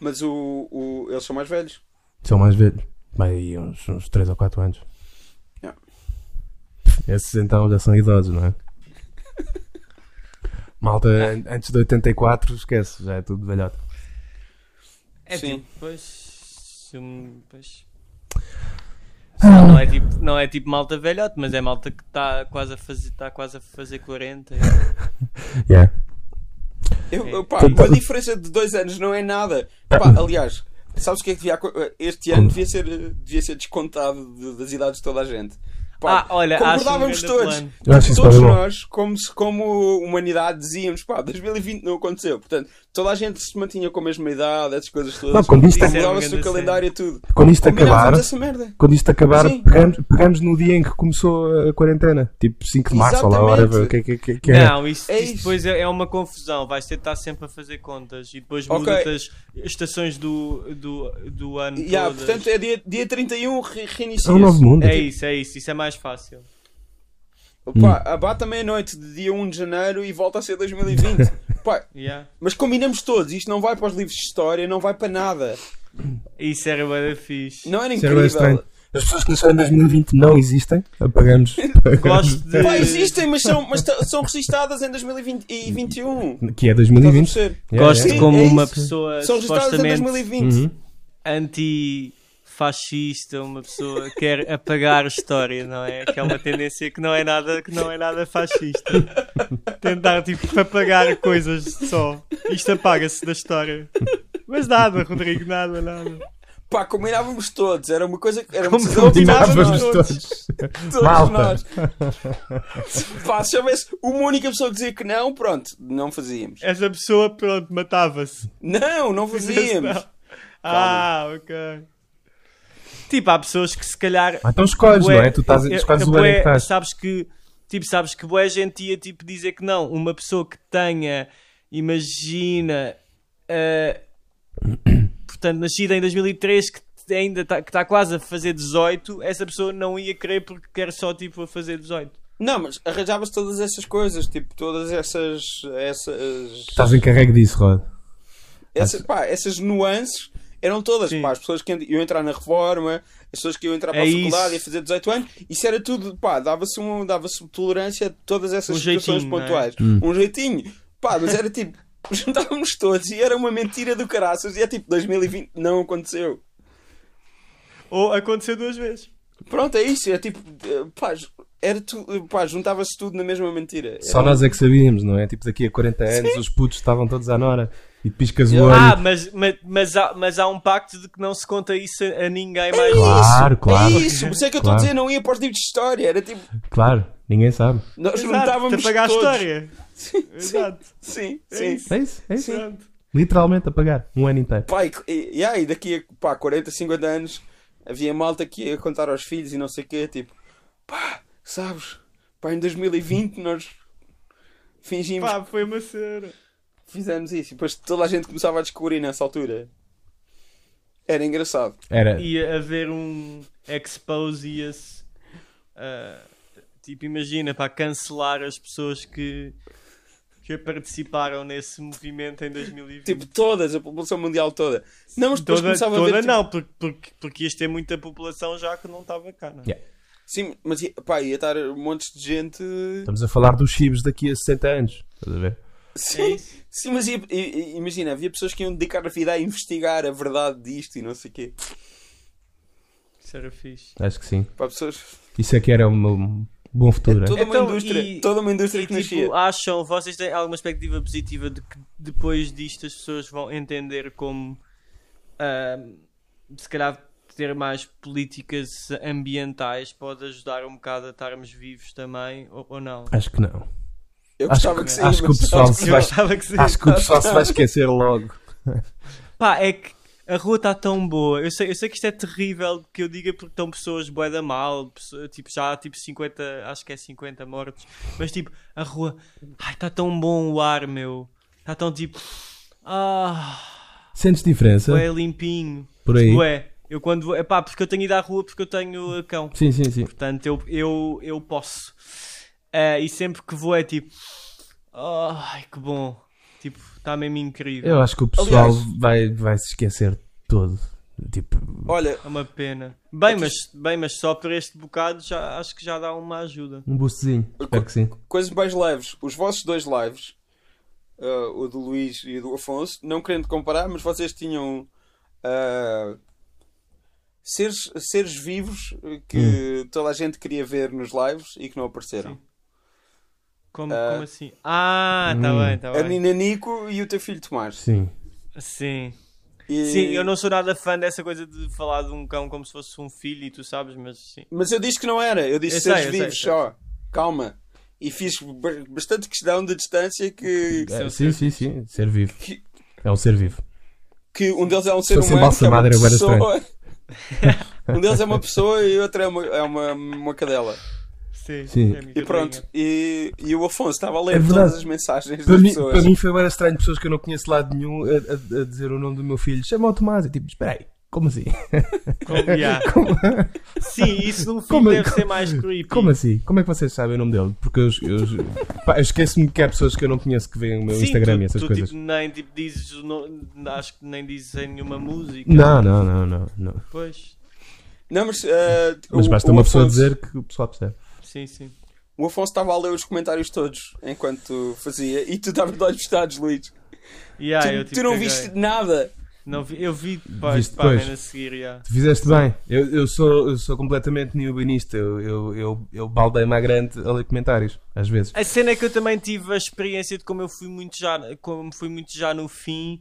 mas o, o- eles são mais velhos. são mais velhos. Vai aí uns, uns 3 ou 4 anos. Yeah. Esses então já são idosos, não é? Malta, an- antes de 84, esquece, já é tudo velhote. É Sim. tipo, pois, se eu- pois. Ah. Não, é tipo, não é tipo malta velhote, mas é malta que está quase, a fazer- tá quase a fazer 40. Yeah. Eu, eu, pá, É. uma diferença de dois anos não é nada. Pá, aliás, sabes o que é que devia aco- Este ano devia ser, devia ser descontado de- das idades de toda a gente. Pá, Ah, olha, acho um concordávamos grande todos. plano. Eu acho isso todos bem bom. nós, como, se- como humanidade, dizíamos, pá, 2020 não aconteceu. Portanto, toda a gente se mantinha com a mesma idade, essas coisas todas. Não, quando isto, Isso é uma Mudava-se o grande calendário e tudo. quando isto é acabar, Combinámos essa merda. quando isto acabar Sim. pegamos, pegamos no dia em que começou a quarentena. Tipo 5 de março, ou lá, Exatamente. whatever. O que, é que, que, que é? Não, isso, É isso isso. depois é, é uma confusão. Vais ter de estar sempre a fazer contas e depois Ok. mudas as estações do, do, do ano. Yeah, todas. portanto, é dia, dia 31 re reinicia É um novo mundo. é isso, é isso. Isso é mais fácil. Pá, abata meia-noite de dia 1 de janeiro e volta a ser 2020. pá, Yeah. mas combinamos todos. Isto não vai para os livros de história, não vai para nada. Isso era bem fixe. Não era Isso era bem incrível. estranho. As pessoas que nasceram em 2020 não existem. Apagamos. apagamos. Gosto de. Pá, existem, mas são, mas t- são registadas em 2021. Que é Estás a 2020. perceber? Yeah, Gosto yeah. de como É uma isso. pessoa São registadas em supostamente 2020. Uhum. anti-fascista, uma pessoa que quer apagar a história, não é? Que é uma tendência que não é nada, que não é nada fascista. Tentar tipo apagar coisas só. Isto apaga-se da história. Mas nada, Rodrigo, nada, nada. Pá, combinávamos todos. Era uma coisa que era uma Como decisão combinávamos tomada nós. todos. Todos Malta. nós. Pá, se houvesse uma única pessoa que dizia que não, pronto, não fazíamos. Essa pessoa, pronto, matava-se. Não, não fazíamos. Ah, ok. Tipo, há pessoas que se calhar Ah, Então escolhes, Bué, não é? Tu estás, é- escolhes é o ano em bué, que estás. Sabes que, tipo, sabes que boa gente ia tipo, dizer que não. Uma pessoa que tenha, imagina, eh, portanto, nascida em 2003, que ainda está que tá quase a fazer 18, essa pessoa não ia querer porque quer só, tipo, a fazer 18. Não, mas arranjavas todas essas coisas, tipo, todas essas. essas. Estás encarregue disso, Rod. essas, pá, essas nuances eram todas, Sim. pá, as pessoas que iam entrar na reforma, as pessoas que iam entrar para É a faculdade isso. e a fazer 18 anos, isso era tudo, pá, dava-se um, dava tolerância a todas essas Um situações jeitinho, não é? pontuais. Um jeitinho, pá, mas era tipo, juntávamos todos e era uma mentira do caraças e é tipo, 2020 não aconteceu. Ou aconteceu duas vezes. Pronto, é isso, é tipo, eh, pá, ju- era tudo, pá, juntava-se tudo na mesma mentira. Era- Só nós é que sabíamos, não é? Tipo, daqui a 40 anos os putos estavam todos à Nora e piscas o olho. Ah, mas, mas, mas, há, mas há um pacto de que não se conta isso a, a ninguém mais. claro, claro, É isso, por isso é que eu estou a Claro. dizer, não ia para os livros de história, era tipo, claro. Ninguém sabe. nós Exato, juntávamos apagar a todos. história. Sim, Exato. sim, É sim. isso. É isso, é isso. Pronto. Literalmente a pagar, um ano inteiro. Pá, e, e, e aí, daqui a pá, 40, 50 anos havia malta que ia contar aos filhos e não sei o quê, tipo, pá, sabes, pá, em 2020 nós fingimos Pá, foi uma cena. que fizemos isso. E depois toda a gente começava a descobrir nessa altura. Era engraçado. Era. Ia haver um expose ia-se. ah, tipo, imagina, para cancelar as pessoas que, que participaram nesse movimento em 2020. Tipo, todas, a população mundial toda. Não, mas depois toda começava toda a ver. tipo, não, porque, porque, porque ias ter muita população já que não estava cá, não é? Yeah. Sim, mas ia- pá, ia estar um monte de gente. É Estamos a falar dos chips daqui a 60 anos. Estás a ver? É Sim, sim mas ia- i- i- imagina, havia pessoas que iam dedicar a vida a investigar a verdade disto e não sei o quê. Isso era fixe. Acho que sim. Para pessoas. Isso é que era um- um bom futuro. hein? É Toda uma Então, indústria, e- toda uma indústria E, que nascia. tipo, acham, vocês têm alguma expectativa positiva de que depois disto as pessoas vão entender como ahm, se calhar ter mais políticas ambientais pode ajudar um bocado a estarmos vivos também, ou, ou não? Acho que não. Eu acho gostava que- que sim, acho que o mas pessoal se Ah, Eu vai- achava que sim. Acho que o pessoal se vai esquecer logo. Pá, é que a rua está tão boa. Eu sei, eu sei que isto é terrível que eu diga porque estão pessoas bué da mal, pessoa- tipo, já há tipo 50, acho que é 50 mortos, mas tipo, a rua, ai, está tão bom o ar, meu. Está tão tipo, ah, Sentes diferença? bué limpinho. Tá. Por aí. Bué, eu quando vou, pá, porque eu tenho ido à rua porque eu tenho uh, cão. Sim, sim, sim. Portanto, eu, eu, eu posso. Eh, e sempre que vou é tipo, ai, que bom. Tipo, está mesmo incrível. Eu acho que o pessoal Aliás- vai, vai se esquecer todo. Tipo, Olha, É uma pena. Bem, mas, bem, mas só por este bocado já, acho que já dá uma ajuda. um boostzinho. Espero que sim. coisas mais leves. Os vossos dois lives, ah, o do Luís e o do Afonso, não querendo comparar, mas vocês tinham ah, seres, seres vivos uh, que Hum. toda a gente queria ver nos lives e que não apareceram. Como, como assim? Ah, tá bem, tá A bem. Nina Nico e o teu filho Tomás. Sim. Sim. E- Sim, eu não sou nada fã dessa coisa de falar de um cão como se fosse um filho e tu sabes, mas sim. Mas eu disse que não era, eu disse Eu sei, seres eu sei, vivos sei. só. Calma. E fiz ba- bastante questão de distância que, É, um sim, ser sim, sim. Ser vivo. Que- É um ser vivo. que um deles é um ser Estou sem humano. que é uma balsamada, era bué pessoa... um deles é uma pessoa e outro é uma, é uma, uma cadela. Sim, Sim. é a minha E pronto, cadelinha. e, e o Afonso estava a É ler verdade. todas as mensagens Para das mim, pessoas. para mim foi bem estranho pessoas que eu não conheço de lado nenhum a, a- a dizer o nome do meu filho. Chama o Tomás. E tipo, espera aí, como assim? Como, yeah. Sim, isso num filho Como- deve como- ser mais creepy. Como assim? Como é que vocês sabem o nome dele? Porque eu, eu- pá, eu esqueço-me que há pessoas que eu não conheço que veem o meu Sim, Instagram tu, e essas tu, coisas. Tipo, nem tipo, dizes, o no- acho que nem dizes em nenhuma música. Não, não, não, não, não. Pois, Não, mas, eh, Mas o- basta o uma pessoa Afonso- dizer que o pessoal percebe. sim, sim. O Afonso estava a ler os comentários todos enquanto fazia e tu estavas de olhos fechados, Luís. Yeah, tu, eu, tu tipo, não caguei. viste nada. Não vi- eu vi depois, Viste pá, depois? bem a seguir, yeah. Tu fizeste bem. Eu, eu, sou, eu sou completamente newbinista. Eu, eu, eu, eu baldei-me à grande a ler comentários, às vezes. A cena é que eu também tive a experiência de como eu fui muito já, como fui muito já no fim,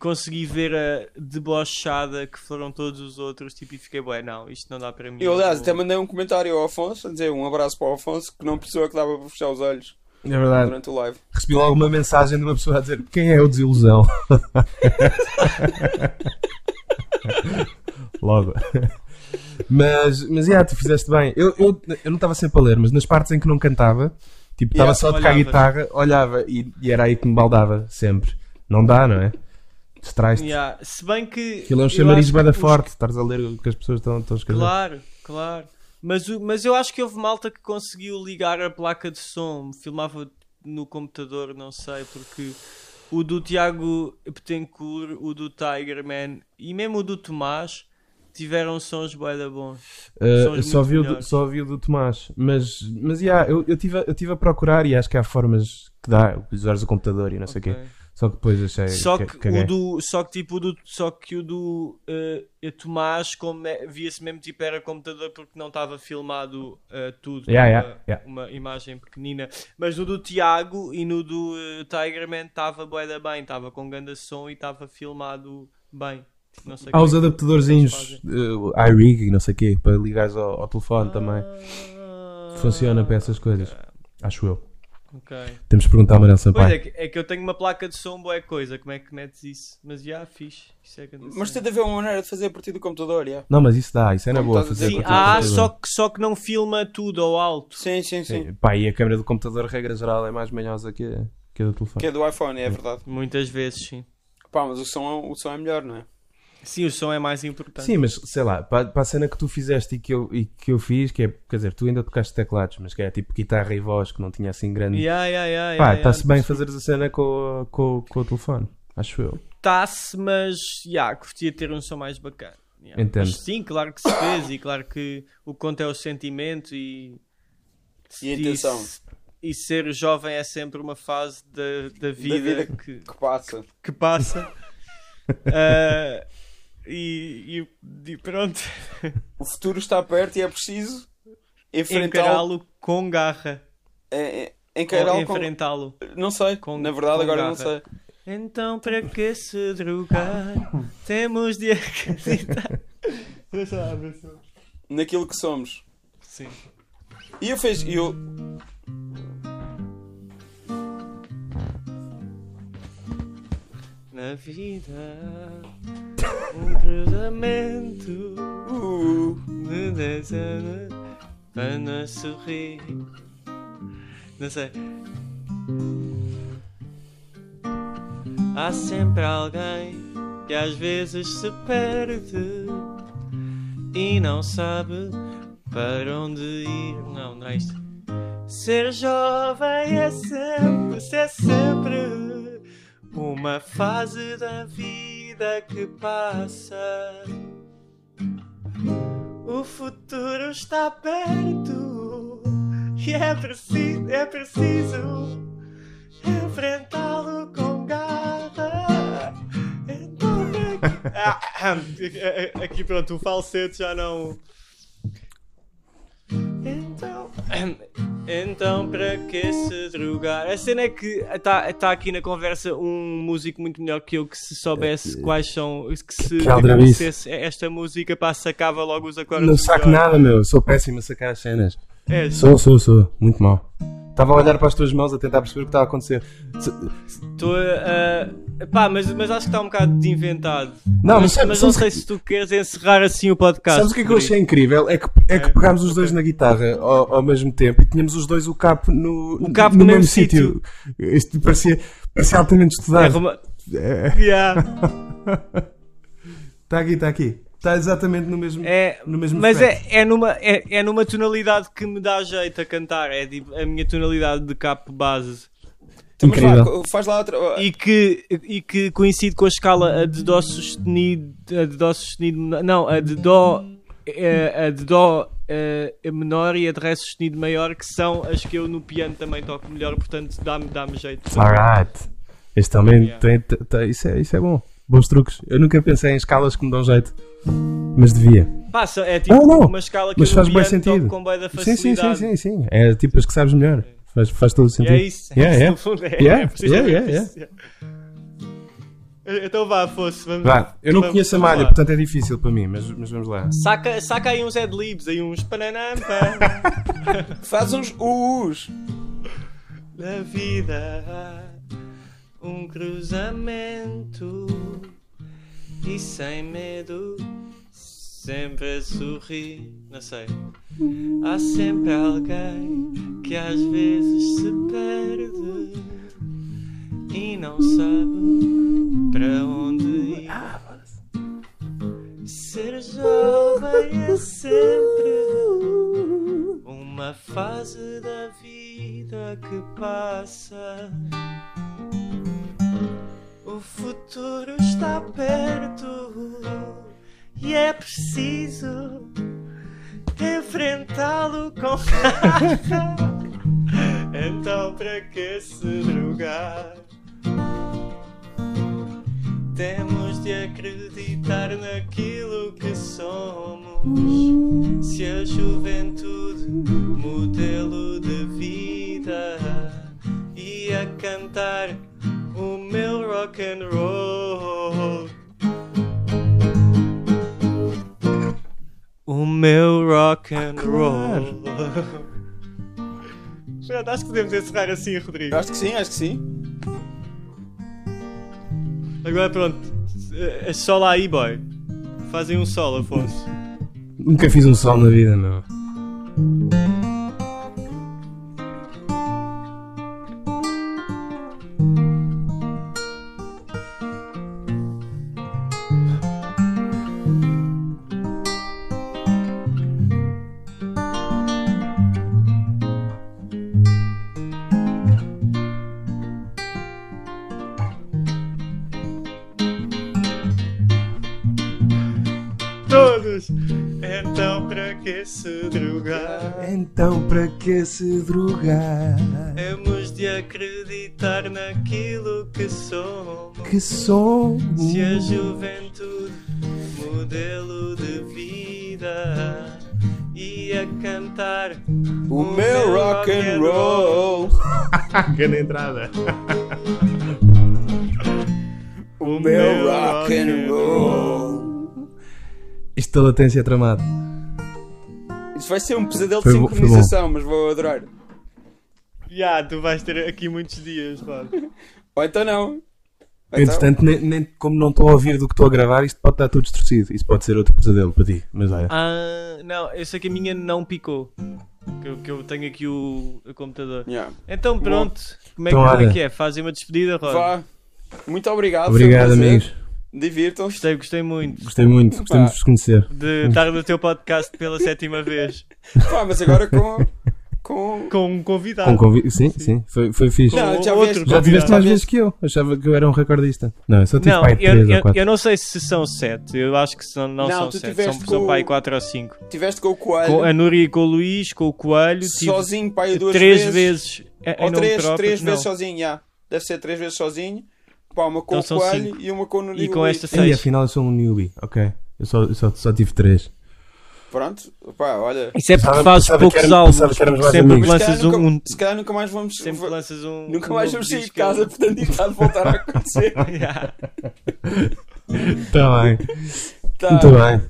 consegui ver a debochada que foram todos os outros, tipo, e fiquei, bué, não, isto não dá para mim. tipo, Eu, aliás, vou- até mandei um comentário ao Afonso a dizer um abraço para o Afonso que não precisou que dava para fechar os olhos É verdade. durante o live. Recebi logo uma mensagem de uma pessoa a dizer quem é o desilusão? logo. Mas, mas, yeah, tu fizeste bem. Eu, eu, eu não estava sempre a ler, mas nas partes em que não cantava, tipo, estava Yeah, só a tocar olhavas. guitarra, olhava e, e era aí que me baldava sempre. Não dá, não é? Distrais-te. Yeah. Se bem que. Aquilo é um eu chamariz acho bada que os- forte, né? estás a ler o que as pessoas estão, estão a escrever. Claro, claro. Mas, o- mas eu acho que houve malta que conseguiu ligar a placa de som, filmava no computador, não sei, porque o do Tiago Petencourt, o do Tigerman e mesmo o do Tomás tiveram sons bué da bons. Uh, Sons só, muito vi o do, melhores. só vi o do Tomás, mas, mas yeah, eu estive eu tive a, eu tive a procurar e acho que há formas que dá, usares o computador e não sei o quê. Ok. Só que é? depois achei. Só ca- que, caguei. o do, só que tipo o do, só que o do eh, eh, Tomás como é- via-se mesmo tipo era computador porque não estava filmado eh, tudo Yeah, era yeah, yeah. uma imagem pequenina, mas no do Tiago e no do eh, Tigerman estava bué da bem, estava com grande som e estava filmado bem. Não sei Há como Ah, os é que- adaptadorzinhos fazem. uh, iRig e não sei o quê Ah, para ligares ao, ao telefone também. Funciona para essas coisas. Acho eu. Ok. Temos de perguntar ao Manuel Pois é Sampaio. que, é que eu tenho uma placa de som, boa coisa. Como é que metes isso? Mas já, fixe. Isso é grande Mas tem cena. de haver uma maneira de fazer a partir do computador, já. Não, mas isso dá, isso é na Como boa estás a fazer. dizer, Sim, Sim, ah, computador. só que, só que não filma tudo ao alto. Sim, sim, sim. É, Pá, e a câmera do computador, regra geral, é mais manhosa que a, que a do Que telefone. é do iPhone, é verdade. Muitas vezes, sim. Pá, mas o som, o som é melhor, não é? Sim, o som é mais importante. Sim, mas sei lá, para, para a cena que tu fizeste e que, eu, e que eu fiz, que é, quer dizer, tu ainda tocaste teclados, mas que é tipo guitarra e voz, que não tinha assim grande. Yeah, yeah, yeah, Pá, yeah, yeah. está-se bem fazeres a cena com, o- com, o- com o telefone, acho eu. Tá-se, mas já, curtia ter um som mais bacana. Yeah. Entendo. Mas sim, claro que se fez e claro que o que conta é o sentimento e. E a intenção. E, e ser jovem é sempre uma fase da, da vida, vida que, Que passa. que passa. Ah, e, e- e pronto, O futuro está perto e é preciso enfrentá-lo. encará-lo com garra. é, é, Ou Encará-lo com. Enfrentá-lo. Não sei. com- Na verdade, com agora não sei. garra. Então, para que se drogar? Temos de acreditar. Você sabe, Naquilo que somos. Sim. E eu fiz. e Eu... Na vida, um cruzamento Uh, de desenho para não sorrir. Não sei. Há sempre alguém que às vezes se perde e não sabe para onde ir. Não, não é isto. Ser jovem é sempre, se é sempre uma fase da vida que passa. O futuro está perto e é preciso, é preciso enfrentá-lo com garra. Então, aqui, Ah, aqui pronto, o falsete já não. Então, então para que se drogar? A cena é que está tá aqui na conversa um músico muito melhor que eu É que se soubesse quais são. Que é se Que aldrabice. conhecesse esta música, pá, sacava logo os acordes. É, Não saco melhores. nada, meu, sou péssimo a sacar as cenas. És, Sou, sou, sou, muito mal. Estava a olhar para as tuas mãos a tentar perceber o que estava a acontecer. Se- tô, ah, pá, mas, mas acho que está um bocado de inventado. Não, mas sabe- mas não sabes sei que- se tu queres encerrar assim o podcast. Sabes o que é que eu Rodrigo. achei incrível? É que, é que pegámos os dois na guitarra ao, ao mesmo tempo e tínhamos os dois o capo no, O capo no no mesmo, mesmo sítio. Isto parecia, parecia altamente É, estudado. Roma- Está Yeah. Tá aqui, está aqui. Está exatamente no mesmo. É, No mesmo mas é, aspecto. é, numa, é, é numa tonalidade que me dá jeito a cantar. É tipo a minha tonalidade de capo base. então, mas vá, Incrível. faz lá outra. E que, e que coincide com a escala a de Dó sustenido. A de Dó sustenido. menor- Não, a de Dó. eh, A de Dó eh, menor e a de Ré sustenido maior, que são as que eu no piano também toco melhor, portanto dá-me dá jeito. Alright. Este também Yeah. tem- tem- tem- isso, é, isso é bom. Bons truques. Eu nunca pensei em escalas que me dão jeito. Mas devia. Passa, é tipo Não, não, uma escala que mas eu no faz bem piano toco sentido. com bué da Sim, sim, sim, facilidade. sim, sim. É tipo as que sabes melhor. Faz, faz todo o E sentido. é isso. é Yeah, isso, yeah. no fundo, é- Yeah, é precisamente yeah, yeah, isso, yeah. Então vá, fosse. Vamos, Vá, eu não vamos- conheço a vamos malha, lá. portanto é difícil para mim, mas, mas vamos lá. Saca, saca aí um uns adlibs, aí uns pananampa. Faz uns uus. Na vida há um cruzamento e sem medo, sempre a sorrir. Não sei. Há sempre alguém que às vezes se perde e não sabe para onde ir. Ser jovem é sempre uma fase da vida que passa. O futuro está perto e é preciso enfrentá-lo com garra. Então, para que se drogar? Temos de acreditar naquilo que somos. Se a juventude, modelo de vida, ia cantar o meu rock and roll. Ah, O meu rock and roll. Pronto, acho que podemos encerrar assim, Rodrigo. Acho que sim, acho que sim. Agora pronto, eh, sola aí, boy. Fazem um solo, Afonso. Nunca fiz um sol na vida, meu. Todos! Então para que se drogar? Então para que se drogar? Temos de acreditar naquilo que somos. Que um som Se a juventude, modelo de vida, ia cantar O meu rock and roll. na entrada. o Meu rock and roll. Isto da latência tramado. Isso vai ser um pesadelo de Foi bo- foi bom. sincronização, mas vou adorar. Já, tu vais ter aqui muitos dias, pá. Ou então não. Ou então, Entretanto, nem, nem- como não estou a ouvir do que estou a gravar, isto pode estar tudo distorcido. Isso pode ser outro pesadelo para ti. Mas olha. Ah, não, eu sei que a minha não picou. Que eu, que eu tenho aqui o, o computador. yeah. Então pronto, como é, que, Então, como é olha. que é? Fazem uma despedida, Rod. Vá. Muito obrigado. foi um Obrigado, prazer. amigos. Divirtam-se. Gostei, gostei muito Gostei muito. Gostei muito de vos conhecer. de estar no teu podcast pela sétima vez Pá, mas agora com. com... com um convidado. Com convi- Sim, sim. Foi, foi fixe. Não, Com já outro vieste- Já tiveste mais Já vezes que eu. Achava que eu era um recordista. Não, eu só tive Não, pai de eu, 3 eu- ou 4. eu não sei se são sete. Eu acho que são, não, Não, são tu sete. São, tiveste são com- pai quatro ou cinco. Tiveste com o Com coelho. a Núria e com o Luís, com o Coelho, tive Sozinho, pai, duas três vezes. vezes. em- em Ou nome três, próprio, três não. vezes sozinho, já. Deve ser três vezes sozinho. Pá, uma com Então o são coelho cinco. e uma com o Nuno E com Luís. esta Ei, seis. afinal eu sou um newbie. Ok. Eu só, eu só, só tive 3. Pronto, pá, olha. Isso é porque Pensava- fazes pensava poucos que era- álbuns, pensava que éramos porque mais sempre que amigos. Mas se lanças calhar, nunca, um, um- se calhar nunca mais vamos. sempre lanças um Nunca um mais novo vamos sair de disco, é casa, um- portanto isto está de voltar a acontecer. Yeah. Tá bem. Tá. Muito bem. Então vá,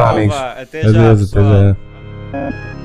Então amigos. vá, até já, Adeus, até pessoal. já.